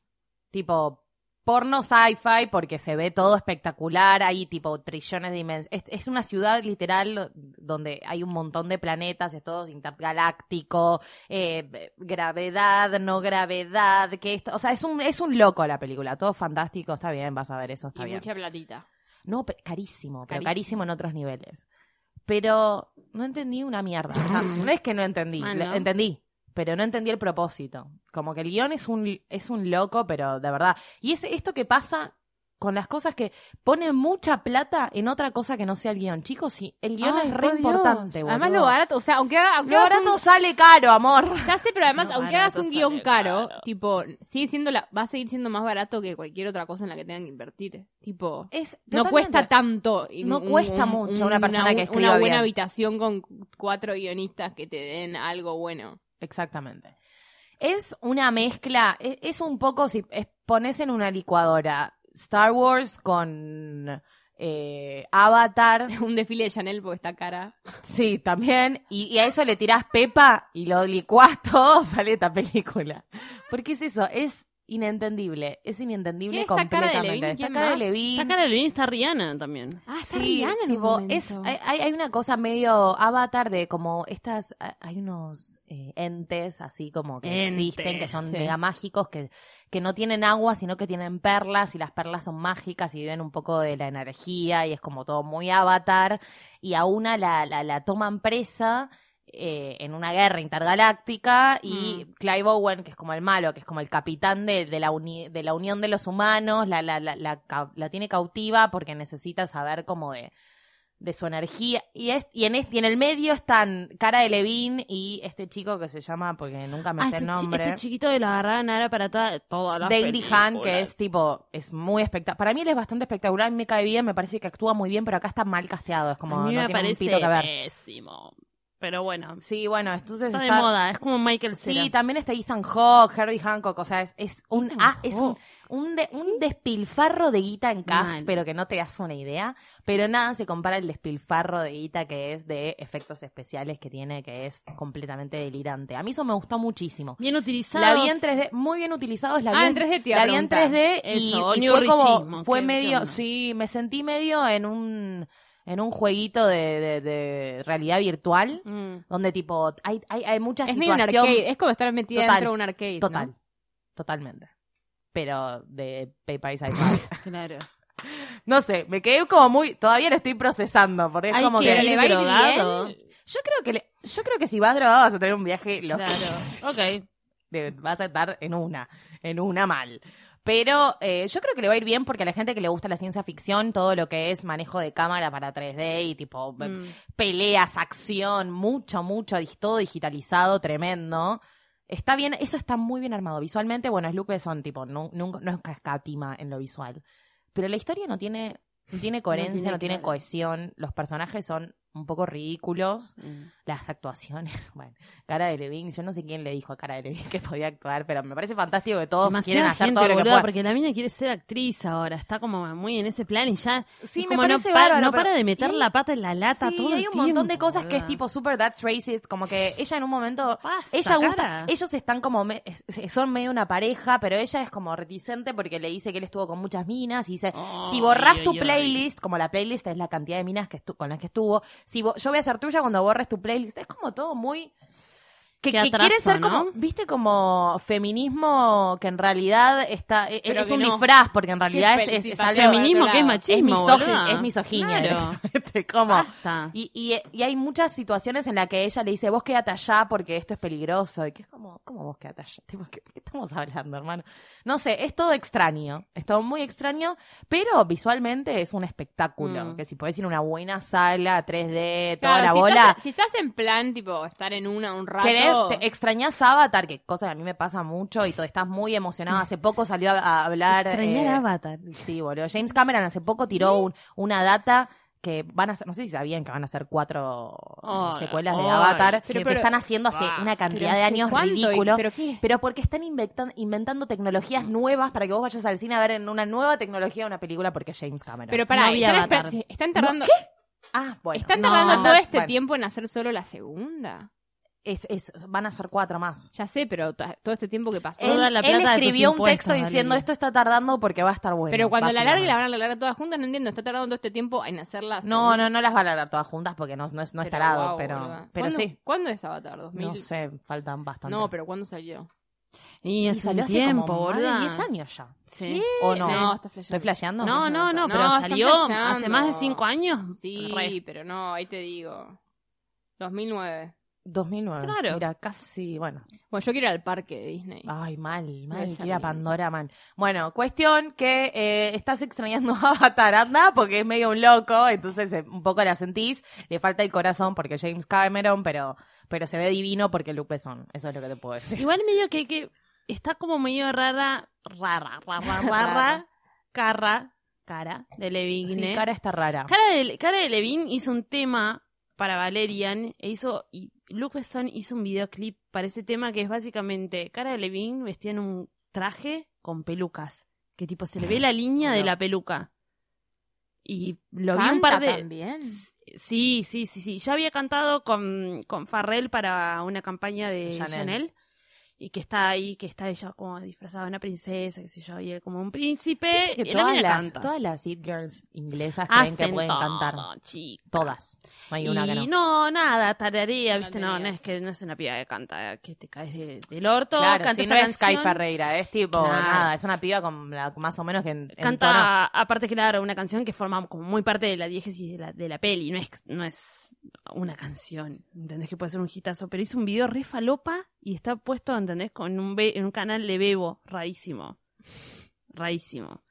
S4: tipo porno sci-fi porque se ve todo espectacular, hay tipo trillones de dimensiones. Es, es una ciudad literal donde hay un montón de planetas, es todo intergaláctico, eh, gravedad, no gravedad, que esto, o sea, es un, es un loco la película, todo fantástico, está bien, vas a ver eso, está
S3: Y
S4: bien.
S3: mucha platita.
S4: No, pero carísimo, pero
S3: Carísimo.
S4: carísimo en otros niveles. Pero no entendí una mierda. O
S3: [laughs]
S4: sea, no es que no entendí,
S1: Ah,
S4: le-
S1: ¿no?
S4: entendí, pero no entendí el propósito. Como que el guión es un, es un loco, pero de verdad. Y es esto que pasa con las cosas que ponen mucha plata en otra cosa que no sea el guión. Chicos, sí, el guión
S3: Ay,
S4: es
S3: por
S4: re
S3: Dios.
S4: importante, boludo.
S3: Además, lo barato, o sea, aunque, haga- aunque
S4: Lo
S3: hagas un-
S4: barato sale caro, amor. [laughs]
S3: Ya sé, pero además,
S2: Lo
S3: aunque hagas
S2: barato
S3: un guión
S2: sale
S3: caro,
S2: caro.
S3: tipo, sigue siendo la, va a seguir siendo más barato que cualquier otra cosa en la que tengan que invertir. Tipo,
S4: Es
S3: no
S4: totalmente.
S3: cuesta tanto. y
S4: No cuesta mucho una persona que escriba
S3: Una buena
S4: bien.
S3: habitación con cuatro guionistas que te den algo bueno. [laughs]
S4: Exactamente. Es una mezcla, e- es, un poco, si es- pones en una licuadora Star Wars con eh,
S3: [laughs]
S4: Avatar,
S3: Un desfile de Chanel porque está cara.
S4: sí, también, y, y a eso le tirás Pepa y lo licuás todo, [laughs] sale esta película. Porque es eso, es inentendible, es inentendible
S3: ¿Quién está Cara de Levine?
S4: completamente.
S3: ¿Quién
S4: Cara de
S3: más?
S4: Levine.
S5: Está Caroline, está Rihanna también.
S3: Ah, está
S4: Sí,
S3: Rihanna en un
S4: tipo, es, eh,
S3: momento.
S4: hay- hay, hay una cosa medio avatar de como estas, a- hay unos eh, entes así como que
S5: Entes,
S4: existen, que son
S5: sí.
S4: mega mágicos, que, que no tienen agua, sino que tienen perlas y las perlas son mágicas y viven un poco de la energía y es como todo muy avatar y a una la, la, la toman presa. eh, en una guerra intergaláctica y
S5: Mm.
S4: Clive Owen, que es como el malo, que es como el capitán de, de la, uni- de la unión de los humanos, la, la, la, la, ca- la tiene cautiva porque necesita saber como de, de su energía. Y, es, y, en este, y en el medio están Cara de Levine y este chico que se llama, porque nunca me
S5: Ah,
S4: sé
S5: este,
S4: el
S5: chi-
S4: nombre.
S5: este chiquito de la agarraban ahora para toda, todas las
S4: Daily Han, que
S5: películas.
S4: es tipo, es muy espectacular. Para mí él es bastante espectacular, me cae bien, me parece que actúa muy bien, pero acá está mal casteado, es como
S5: a mí
S4: no
S5: me
S4: tiene un
S5: parece
S4: pito que ver.
S5: pésimo. Pero bueno,
S4: Sí, bueno, entonces
S5: está, de
S4: está-
S5: moda. Es como Michael Cera.
S4: Sí, también está Ethan Hawke, Herbie Hancock, o sea, es, es un
S5: Ethan
S4: ah, es un,
S5: Hawke.
S4: un, de- un despilfarro de guita en cast,
S5: Mal.
S4: pero que no te das una idea, pero nada se compara el despilfarro de guita que es de efectos especiales que tiene, que es completamente delirante. A mí eso me gustó muchísimo.
S5: Bien utilizado.
S4: La vi en 3D, muy bien utilizados, la vi
S3: Ah,
S4: en
S3: en 3D te iba a
S4: la vi en
S3: preguntar.
S4: 3D y,
S5: Eso,
S4: y
S5: New
S4: fue como
S5: Richismo,
S4: fue
S5: ¿qué- qué
S4: medio,
S5: onda?
S4: sí, me sentí medio en un en un jueguito de, de- de realidad virtual
S5: Mm,
S4: donde tipo hay hay, hay mucha
S3: Es medio un
S4: situación
S3: arcade. Es como estar metida
S4: Total,
S3: dentro de un arcade. ¿no?
S4: total, totalmente. Pero de Pepa y Sci-Fi.
S3: [laughs]
S5: Claro.
S4: No sé, me quedé como muy todavía lo estoy procesando porque es
S5: Hay
S4: como
S5: que
S4: que,
S5: ir
S3: Pero le va a ir
S5: drogado.
S3: bien.
S4: yo creo que le- yo creo que si vas drogado vas a tener un viaje loco.
S5: Claro. Mm. Ok.
S4: [laughs] de- vas a estar en una, en una mal. Pero eh, yo creo que le va a ir bien porque a la gente que le gusta la ciencia ficción, todo lo que es manejo de cámara para 3D y tipo pe- peleas, acción, mucho, mucho, dis- todo digitalizado, tremendo. Está bien, eso está muy bien armado. Visualmente, bueno, es Luke Besson, tipo, no, nunca, no es cascatima en lo visual. Pero la historia no tiene, no tiene coherencia, no tiene,
S5: tiene claro.
S4: cohesión. Los personajes son un poco ridículos
S5: Mm.
S4: las actuaciones. [laughs] Bueno, Cara de Levine, yo no sé quién le dijo a Cara de Levine [laughs] que podía actuar, pero me parece fantástico que todos quieren
S5: Demasiada
S4: hacer
S5: gente,
S4: todo lo que
S5: boluda,
S4: puedan.
S5: porque la mina quiere ser actriz ahora. Está como muy en ese plan y ya...
S4: Sí,
S5: como
S4: me
S5: no,
S4: parece
S5: para-
S4: bárbaro,
S5: no
S4: pero-
S5: para de meter
S4: y hay-
S5: la pata en la lata
S4: Sí,
S5: todo
S4: hay
S5: el
S4: un montón de
S5: tiempo,
S4: cosas que es
S5: boluda.
S4: tipo super that's racist, como que ella en un momento
S5: Basta,
S4: ella gusta,
S5: cara.
S4: ellos están como me- es- es- son medio una pareja, pero ella es como reticente porque le dice que él estuvo con muchas minas y dice,
S5: Ay,
S4: si borras tu
S5: ay, ay.
S4: playlist, como la playlist es la cantidad de minas que estu- con las que estuvo, si bo- yo voy a ser tuya cuando borres tu playlist, es como todo muy que,
S5: Qué
S4: que quiere
S5: atraso,
S4: ser
S5: ¿no?
S4: como, viste, como feminismo que en realidad está, e-
S3: Pero
S4: es
S3: que
S4: un
S3: no.
S4: disfraz, porque en realidad es, es- es
S3: participación.
S4: algo-
S5: Feminismo que es
S4: es,
S5: machismo,
S4: misógin-
S5: boluda.
S4: es misoginia.
S5: Claro.
S4: [laughs] directamente, como-
S5: Basta.
S4: Este, y, y- y hay muchas situaciones en las que ella le dice, vos quédate allá porque esto es peligroso. Y que es como, ¿cómo vos quédate allá? Tipo, ¿Qué, qué estamos hablando, hermano? No sé, es todo extraño. Es todo muy extraño, pero visualmente es un espectáculo.
S5: Mm.
S4: Que si podés ir a una buena sala, 3D, toda
S3: Claro,
S4: la
S3: si
S4: bola.
S3: Estás, si estás en plan, tipo, estar en una un rato.
S4: Querés, te extrañás Avatar, que cosa que a mí me pasa mucho y todo, estás muy emocionado. Hace poco salió a, a hablar.
S5: Extrañar
S4: eh,
S5: Avatar.
S4: Sí, boludo. James Cameron hace poco tiró un- una data que van a ser, no sé si sabían que van a ser cuatro eh,
S5: Ay,
S4: secuelas de
S5: ay,
S4: Avatar,
S3: Oh, pero-
S4: que
S3: pero-
S4: están haciendo hace
S5: Ah,
S4: una
S3: Pero
S4: cantidad de
S3: ¿hace
S4: años
S3: cuánto? ¿Y-
S4: ridículo. Pero,
S3: ¿Pero qué?
S4: porque están inventan- inventando tecnologías nuevas para que vos vayas al cine a ver en una nueva tecnología una película porque es James Cameron.
S3: Pero para,
S5: No había Avatar.
S3: están tardando,
S4: ah, bueno.
S3: están
S4: no,
S3: tardando todo este
S4: bueno,
S3: tiempo en hacer solo la segunda.
S4: es- es- van a ser cuatro más.
S3: Ya sé, pero ta- todo este tiempo que pasó.
S5: Eh, Toda
S4: él,
S5: la
S4: él
S5: plata de tus
S4: escribió un
S5: impuestos,
S4: texto diciendo
S5: Valeria.
S4: esto está tardando porque va a estar bueno.
S3: pero cuando la larga y la
S4: básicamente.
S3: van a largar todas juntas, no entiendo. Está tardando todo este tiempo en hacerlas.
S4: No, no, no las va a largar todas juntas porque no, no, es- no es tarado, pero, pero sí.
S3: ¿Cuándo es Avatar? 2000.
S4: No sé, faltan bastante.
S3: No, pero ¿cuándo salió?
S5: Y
S4: Y
S5: hace un
S4: salió hace
S5: tiempo,
S4: como más
S5: boluda.
S4: de 10 años ya.
S5: Sí.
S4: ¿O Oh, no?
S3: No, está flasheando.
S4: ¿Estoy flasheando?
S5: No, no, no,
S3: No,
S5: pero
S3: estás
S5: salió
S3: flasheando.
S5: hace más de 5 años.
S3: Sí,
S5: Re.
S3: pero no, ahí te digo. 2009.
S4: 2009.
S6: Claro.
S4: Mira, casi, bueno.
S3: Bueno, yo quiero ir al parque de Disney.
S4: Ay, mal, mal.
S3: Esa
S4: Que era
S3: misma.
S4: Pandora, man. Bueno, cuestión que eh, estás extrañando [laughs] a Avatar, anda, porque es medio un loco, entonces eh, un poco la sentís. Le falta el corazón porque James Cameron, pero, pero se ve divino porque Luke Besson. Eso es lo que te
S1: [laughs]
S4: puedo decir.
S1: Igual medio que, que está como medio rara, rara, rara, rara,
S4: [laughs] Rara.
S1: cara, cara de Levigne.
S4: Sí, cara está rara.
S1: Cara de, cara de Levin hizo un tema para Valerian e hizo y Luke Besson hizo un videoclip para ese tema que es básicamente cara de Levin vestida en un traje con pelucas que tipo se le ve
S4: [laughs]
S1: la línea de
S4: Hola.
S1: la peluca y lo vi
S3: Canta
S1: un par de
S3: también.
S1: S- sí sí sí sí ya había cantado con con Farrell para una campaña de Chanel.
S4: Chanel.
S1: y que está ahí que está ella como disfrazada de una princesa qué sé yo y él como un príncipe
S4: Que
S1: y la
S4: todas,
S1: mina
S4: las,
S1: canta.
S4: todas las it girls inglesas creen
S1: Hacen
S4: que pueden
S1: todo,
S4: cantar.
S1: chica.
S4: Todas. No hay una que no.
S1: Y no, nada, tararea,
S3: No
S1: viste, no, no
S3: tenías.
S1: es que no es una piba que canta, que te caes de- del orto,
S4: Claro,
S1: canta
S4: si
S1: esta
S4: no es Sky
S1: canción,
S4: Ferreira, es tipo,
S1: Claro.
S4: nada, es una piba con la- más o menos que en, en tono.
S1: Canta, aparte, claro, una canción que forma como muy parte de la diégesis de la, de la peli, no es, no es una canción, ¿entendés? Que puede ser un hitazo, pero hizo un video re falopa y está puesto, ¿entendés? Con un be- en un canal de Bebo, rarísimo, rarísimo.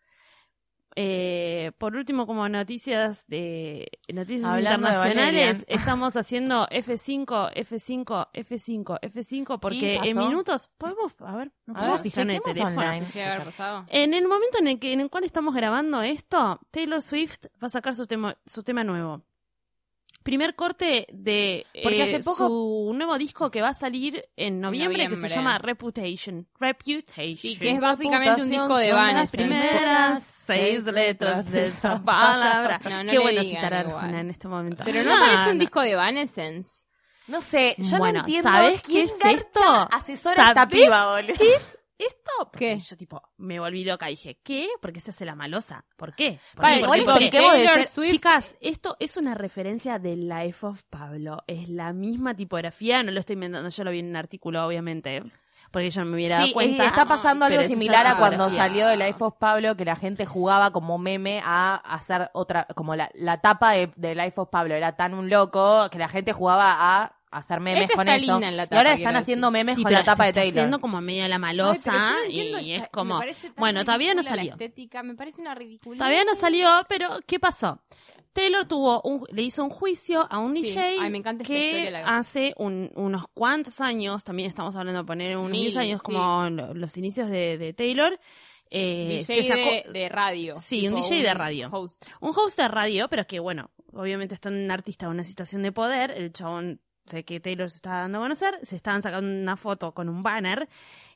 S1: Eh, por último, como noticias de noticias
S4: Hablando de
S1: internacionales,
S4: Valerian.
S1: estamos haciendo F5, F5, F5, F5, porque
S4: pasó?
S1: en minutos podemos, a ver, nos
S4: A
S1: podemos
S4: ver,
S1: fijar en el
S4: chequemos
S1: teléfono.
S4: online.
S3: ¿Qué haber pasado?
S1: En el momento en el, que, en el cual estamos grabando esto, Taylor Swift va a sacar su tema, su tema nuevo. Primer corte de
S4: Porque
S1: eh,
S4: hace poco-
S1: su nuevo disco que va a salir en noviembre, que
S3: Noviembre.
S1: se llama Reputation. Reputation.
S3: Sí, que es básicamente un disco de
S4: Son
S3: Van.
S4: las
S3: es un disco-
S4: [laughs]
S1: primeras seis letras de esa palabra.
S3: No, no
S1: Qué
S3: le
S1: bueno
S3: digan
S1: citar a Arjuna
S3: igual.
S1: en este momento.
S3: Pero no
S1: Ah,
S3: parece
S1: [laughs]
S3: un
S1: no.
S3: disco de Evanescence.
S4: No sé, yo
S1: Bueno,
S4: no entiendo.
S1: ¿sabes
S4: quién
S1: qué es
S4: garcha
S1: esto?
S4: Asesora a esta
S1: ¿Sabés
S4: piba, boludo.
S1: ¿Qué es esto? Porque
S3: ¿Qué?
S1: yo tipo me volví loca y dije, ¿qué? ¿Por qué se hace la malosa? ¿Por qué? ¿Por
S4: Vale,
S1: qué?
S4: igual
S1: Tipo,
S4: expliqué vos de
S1: Taylor
S4: ser-
S1: Swift- Chicas, esto es una referencia de Life of Pablo. Es la misma tipografía, no lo estoy inventando, yo lo vi en un artículo, obviamente. Porque yo no me hubiera dado
S4: Sí,
S1: cuenta.
S4: está pasando
S1: pero
S4: algo
S1: es esa
S4: similar a cuando
S1: tipografía.
S4: salió el Life of Pablo, que la gente jugaba como meme a hacer otra, como la, la tapa de, de Life of Pablo era tan un loco que la gente jugaba a hacer memes
S3: Ella
S4: con
S3: está
S4: eso.
S3: linda en la
S4: y
S3: tapa,
S4: ahora
S3: quiero
S4: están
S3: decir.
S4: haciendo memes
S1: Sí,
S4: con
S1: pero
S4: la tapa
S1: se
S4: de
S1: está
S4: Taylor.
S1: haciendo como media la malosa y es como bueno, todavía no salió.
S3: estética, me parece una ridícula.
S1: Todavía no salió, pero ¿qué pasó? Taylor tuvo un, le hizo un juicio a un
S3: Sí.
S1: DJ
S3: Ay, me encanta esta
S1: que
S3: historia, la-
S1: hace un- unos cuantos años, también estamos hablando de poner unos
S3: Mil,
S1: 10 años
S3: sí.
S1: como lo- los inicios de, de Taylor. eh, se
S3: DJ
S1: sacó-
S3: de, de radio.
S1: Sí, un
S3: tipo
S1: DJ de radio.
S3: host.
S1: un host de radio, pero que bueno, obviamente está un artista en una situación de poder, el chabón sé que Taylor se está dando a conocer, se estaban sacando una foto con un banner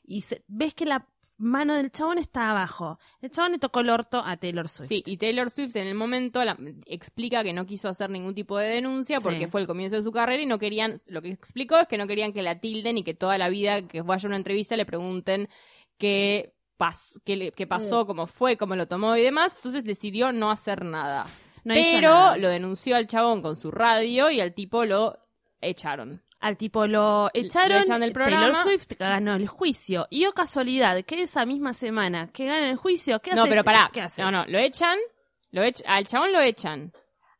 S1: y se- ves que la mano del chabón está abajo. El chabón le tocó el orto a Taylor Swift.
S3: Sí, y Taylor Swift en el momento la- explica que no quiso hacer ningún tipo de denuncia
S1: Sí.
S3: porque fue el comienzo de su carrera y no querían, lo que explicó es que no querían que la tilden y que toda la vida que vaya a una entrevista le pregunten qué, pas- qué, le- qué
S1: Mm.
S3: pasó, cómo fue, cómo lo tomó y demás, entonces decidió no hacer nada.
S1: No hizo
S3: Pero
S1: nada.
S3: lo denunció al chabón con su radio y al tipo lo echaron.
S1: Al tipo lo echaron,
S3: echaron del
S1: Taylor
S3: programa.
S1: Swift ganó el juicio. Y oh casualidad, que esa misma semana que gana el juicio, ¿qué hace?
S3: No,
S1: este?
S3: pero pará.
S1: ¿Qué hace?
S3: No, no, lo echan, lo ech- al chabón lo echan.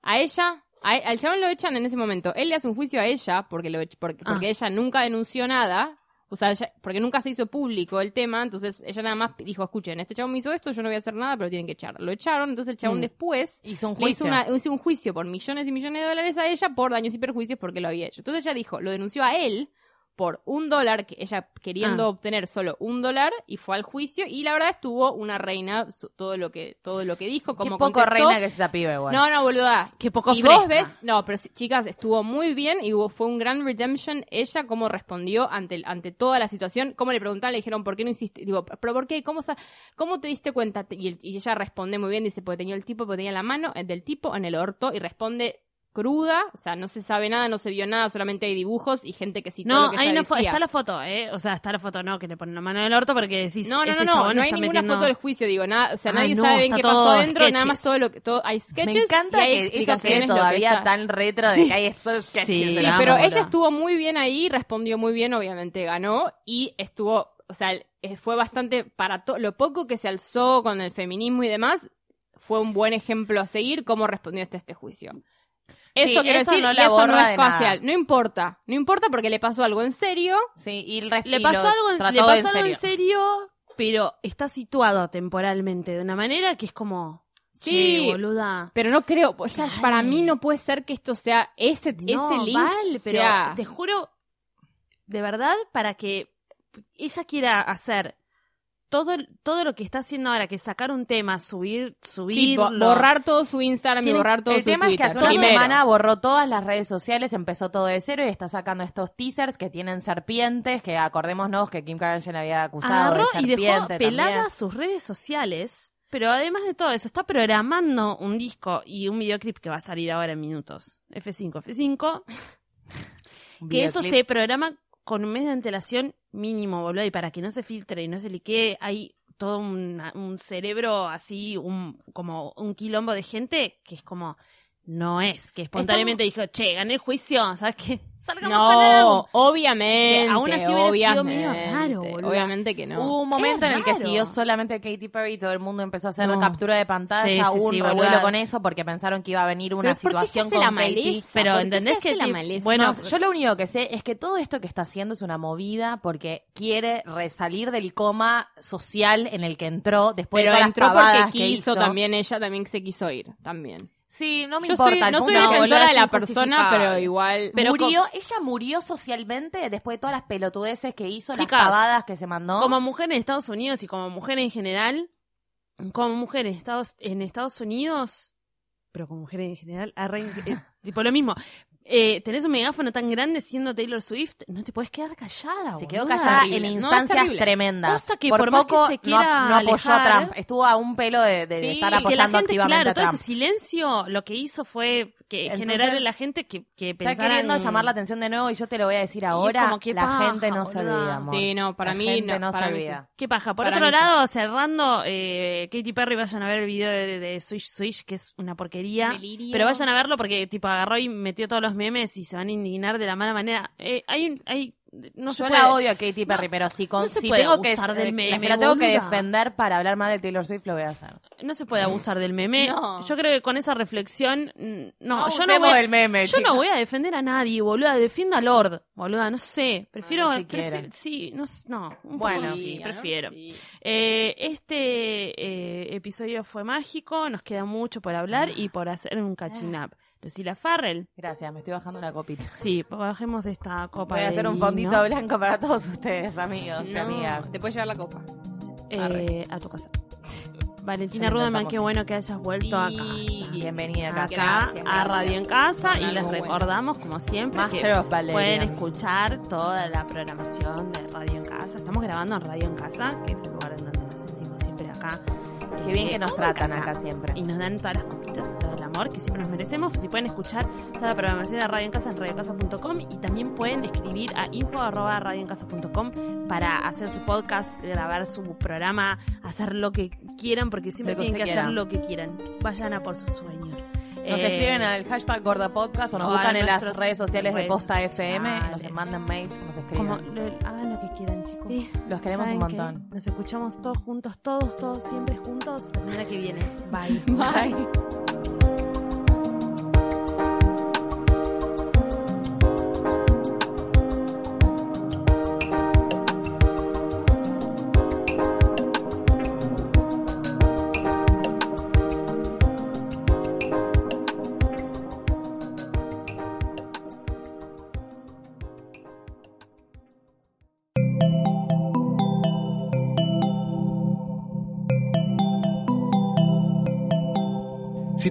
S3: A ella, a- al chabón lo echan en ese momento. Él le hace un juicio a ella porque lo ech- porque, porque
S1: Ah.
S3: ella nunca denunció nada. O sea, ella- porque nunca se hizo público el tema, entonces ella nada más dijo, escuchen, este chabón me hizo esto, yo no voy a hacer nada, pero lo tienen que echar. Lo echaron, entonces el chabón
S4: Mm.
S3: después
S4: Hizo un
S3: le hizo,
S4: juicio.
S3: una- hizo un juicio por millones y millones de dólares a ella por daños y perjuicios porque lo había hecho. Entonces ella dijo, lo denunció a él por un dólar, que ella queriendo
S1: Ah.
S3: obtener solo un dólar, y fue al juicio, y la verdad estuvo una reina su- todo lo que, todo lo que dijo,
S4: Qué
S3: como
S4: poco
S3: contestó.
S4: reina que es esa piba igual.
S3: No, no, boluda.
S1: Qué poco
S3: si
S1: fresca.
S3: vos ves, no, pero si- chicas, estuvo muy bien y hubo- fue un gran redemption ella cómo respondió ante, el- ante toda la situación, cómo le preguntaban, le dijeron, ¿por qué no hiciste? Digo, ¿pero por qué? ¿Cómo, sa- cómo te diste cuenta? Y, el- y ella responde muy bien, dice, porque tenía el tipo, porque tenía la mano eh, del tipo en el orto y responde cruda, o sea, no se sabe nada, no se vio nada, solamente hay dibujos y gente que citó
S1: No,
S3: lo que
S1: hay
S3: ella
S1: una fo-
S3: decía.
S1: está la foto, ¿eh? O sea, está la foto, no, que le ponen la mano del orto porque decís.
S3: No, no,
S1: este
S3: no, no,
S1: chabón
S3: no hay
S1: está
S3: ninguna
S1: metiendo-
S3: foto del juicio, digo, nada, o sea,
S1: Ah,
S3: nadie
S1: no,
S3: sabe bien
S1: está
S3: qué
S1: todo
S3: pasó dentro, nada más
S1: sketches.
S3: todo lo que, todo, hay sketches
S4: Me encanta
S3: y hay
S4: que eso
S3: explicaciones
S4: quede
S3: lo que
S4: todavía
S3: ella-
S4: tan retro de que hay esos sketches.
S1: Sí,
S4: de
S3: Sí,
S4: la
S3: pero
S4: mamá.
S3: ella estuvo muy bien ahí, respondió muy bien, obviamente ganó y estuvo, o sea, el- eh, fue bastante para todo lo poco que se alzó con el feminismo y demás, fue un buen ejemplo a seguir cómo respondió este, este juicio.
S4: Sí,
S3: Eso quiero
S4: eso
S3: decir,
S4: no
S3: y
S4: la
S3: eso no
S4: borra
S3: es
S4: de
S3: parcial.
S4: nada.
S3: No importa, no importa porque le pasó algo en serio.
S4: Sí, y el resto
S1: Le
S4: y
S1: pasó
S4: lo
S1: algo, en- le
S4: trató
S1: pasó
S4: en
S1: algo en
S4: serio.
S1: serio, pero está situado temporalmente de una manera que es como. Sí,
S3: Sí.
S1: boluda.
S3: Pero no creo, o sea,
S1: Dale.
S3: para mí no puede ser que esto sea ese,
S1: No,
S3: ese link.
S1: Val, pero
S3: sea-
S1: te juro, de verdad, para que ella quiera hacer todo, todo lo que está haciendo ahora, que es sacar un tema, subir,
S3: Sí,
S1: subir.
S3: bo- borrar todo su Instagram y
S1: Tiene-
S3: borrar todo
S4: el
S3: su
S4: tema
S3: Twitter.
S4: es que hace una
S3: primero.
S4: semana borró todas las redes sociales, empezó todo de cero y está sacando estos teasers que tienen serpientes, que acordémonos que Kim Kardashian había acusado
S1: agarró
S4: de
S1: y
S4: serpiente
S1: dejó
S4: también.
S1: peladas sus redes sociales. Pero además de todo eso, está programando un disco y un videoclip que va a salir ahora en minutos. F5, F5. Que eso
S4: Videoclip.
S1: se programa con un mes de antelación mínimo, boludo. Y para que no se filtre y no se liquee, hay todo una- un cerebro así, un, como un quilombo de gente que es como. No es, que espontáneamente dijo, che, gané el juicio, ¿sabes qué? Salgamos con el álbum".
S3: No, obviamente.
S1: Que aún así hubiera sido medio
S3: obviamente,
S1: raro, boluda.
S3: Obviamente que no.
S4: Hubo un momento en el que
S1: raro.
S4: siguió solamente Katy Perry y todo el mundo empezó a hacer
S1: No.
S4: captura de pantalla,
S1: Sí, sí,
S4: hubo un
S1: sí,
S4: revuelo
S1: boluda.
S4: con eso porque pensaron que iba a venir una
S3: Pero ¿por qué se
S4: situación
S3: hace
S4: con
S3: la
S4: Katy.
S3: maleza?
S1: Pero
S3: ¿Por qué
S1: entendés
S3: se
S1: que
S3: hace la
S1: tipo-
S3: maleza?
S1: bueno,
S4: No, yo lo único que sé es que todo esto que está haciendo es una movida porque quiere resalir del coma social en el que entró después
S3: pero
S4: de todas
S3: entró
S4: las pavadas
S3: porque
S4: que
S3: quiso
S4: hizo.
S3: también ella también se quiso ir también
S4: Sí, no me
S3: yo
S4: importa.
S3: soy,
S4: el
S3: no soy
S4: punto-
S3: defensora de
S4: es
S3: la persona
S4: injustificable.
S3: pero igual
S4: murió, ella murió socialmente después de todas las pelotudeces que hizo,
S1: Chicas,
S4: las pavadas que se mandó.
S1: Como mujer en Estados Unidos y como mujer en general, como mujer en Estados, en Estados Unidos, pero como mujer en general, arre-
S4: [laughs]
S1: eh, tipo lo mismo. Eh, tenés un megáfono tan grande siendo Taylor Swift, no te podés quedar callada.
S4: se quedó
S1: boluda.
S4: callada
S3: horrible.
S4: Ah, en
S3: No, es
S4: instancias
S3: terrible.
S4: tremendas.
S1: Posta que
S4: por,
S1: por más que
S4: poco
S1: se
S4: no-
S1: quiera
S4: no, apoyó a
S1: alejar-
S4: Trump. Estuvo a un pelo de, de
S3: Sí,
S4: estar
S3: y
S1: Y que la
S4: apoyando
S1: gente,
S4: activamente
S1: claro,
S4: a
S1: todo
S4: Trump.
S1: ese silencio lo que hizo fue que
S4: Entonces,
S1: generar en la gente que, que
S4: Está
S1: pensara
S4: queriendo llamar la atención de nuevo y yo te lo voy a decir ahora.
S1: como que
S4: la
S1: paja,
S4: gente no se
S1: boluda.
S4: olvida, amor.
S3: Sí, no, para
S4: La
S3: mí
S4: gente
S3: no,
S4: no se
S3: para mí sí.
S4: olvida.
S1: Qué paja. Por
S3: Para
S1: otro
S3: mí sí.
S1: lado, cerrando, eh, Katy Perry, vayan a ver el video de, de Swish Swish, que es una porquería. Pero vayan a verlo porque, tipo, agarró y metió todos los memes y se van a indignar de la mala manera. Eh, hay, un- hay, no
S4: Yo
S1: se puede.
S4: la odio a Katy Perry, pero si, con,
S1: no se
S4: si
S1: puede
S4: tengo que,
S1: abusar del
S4: eh,
S1: meme,
S4: si la tengo que
S1: boluda.
S4: defender para hablar más de Taylor Swift, lo voy a hacer.
S1: No se puede abusar del meme.
S3: No.
S1: Yo creo que con esa reflexión, mm, no,
S4: No
S1: yo no
S4: abusemos
S1: voy, a-
S4: del meme,
S1: yo
S4: chicas.
S1: no voy a defender a nadie, boluda. Defiendo a Lord, boluda. No sé. Prefiero,
S4: ni siquiera.
S1: prefiero- sí, no, s- no. un poco
S4: Bueno,
S1: sí,
S3: ¿no?
S1: prefiero.
S3: Sí.
S1: Eh, este eh, episodio fue mágico, nos queda mucho por hablar y por hacer un catching up. Lucila Farrell.
S4: Gracias, me estoy bajando la copita.
S1: Sí, bajemos esta copa.
S4: Voy
S1: de
S4: a hacer un
S1: vino,
S4: fondito blanco para todos ustedes, amigos y
S3: No,
S4: amigas.
S3: te puedes llevar la copa
S1: eh,
S3: Arre.
S1: a tu casa. Valentina
S4: Ya nos
S1: Rudeman,
S4: vamos.
S1: qué bueno que hayas vuelto a
S3: Sí.
S1: casa.
S4: Bienvenida a casa.
S1: Acá
S3: Gracias,
S1: a
S3: gracias.
S1: Radio en Casa
S3: Con
S1: y les
S3: algo bueno.
S1: recordamos, como siempre,
S4: Master
S1: que
S4: of Valeria.
S1: pueden escuchar toda la programación de Radio en Casa. Estamos grabando en Radio en Casa, que es el lugar en donde nos sentimos siempre acá.
S4: Qué
S1: Eh,
S4: bien que nos
S1: todo en
S4: tratan
S1: casa.
S4: acá siempre.
S1: y nos dan todas las copitas y todo el amor que siempre nos merecemos. Si pueden escuchar toda la programación de Radio en Casa en radioencasa.com y también pueden escribir a info.radioencasa.com para hacer su podcast, grabar su programa, hacer lo que quieran, porque siempre
S4: Lo que
S1: tienen que
S4: usted
S1: hacer
S4: quiera.
S1: lo que quieran. Vayan a por sus sueños.
S4: Nos
S1: Eh,
S4: escriben al hashtag Gordapodcast o nos
S1: o a
S4: buscan en las
S1: nuestros
S4: redes sociales de
S1: redes
S4: Posta FM, y nos
S1: sociales.
S4: mandan mails, nos escriben.
S1: como, lo- hagan lo que quieran, chicos.
S4: Los queremos un
S1: ¿Saben qué?
S4: montón.
S1: Nos escuchamos todos juntos, todos, todos, siempre juntos la semana que [laughs] viene. Bye.
S3: Bye.
S7: Si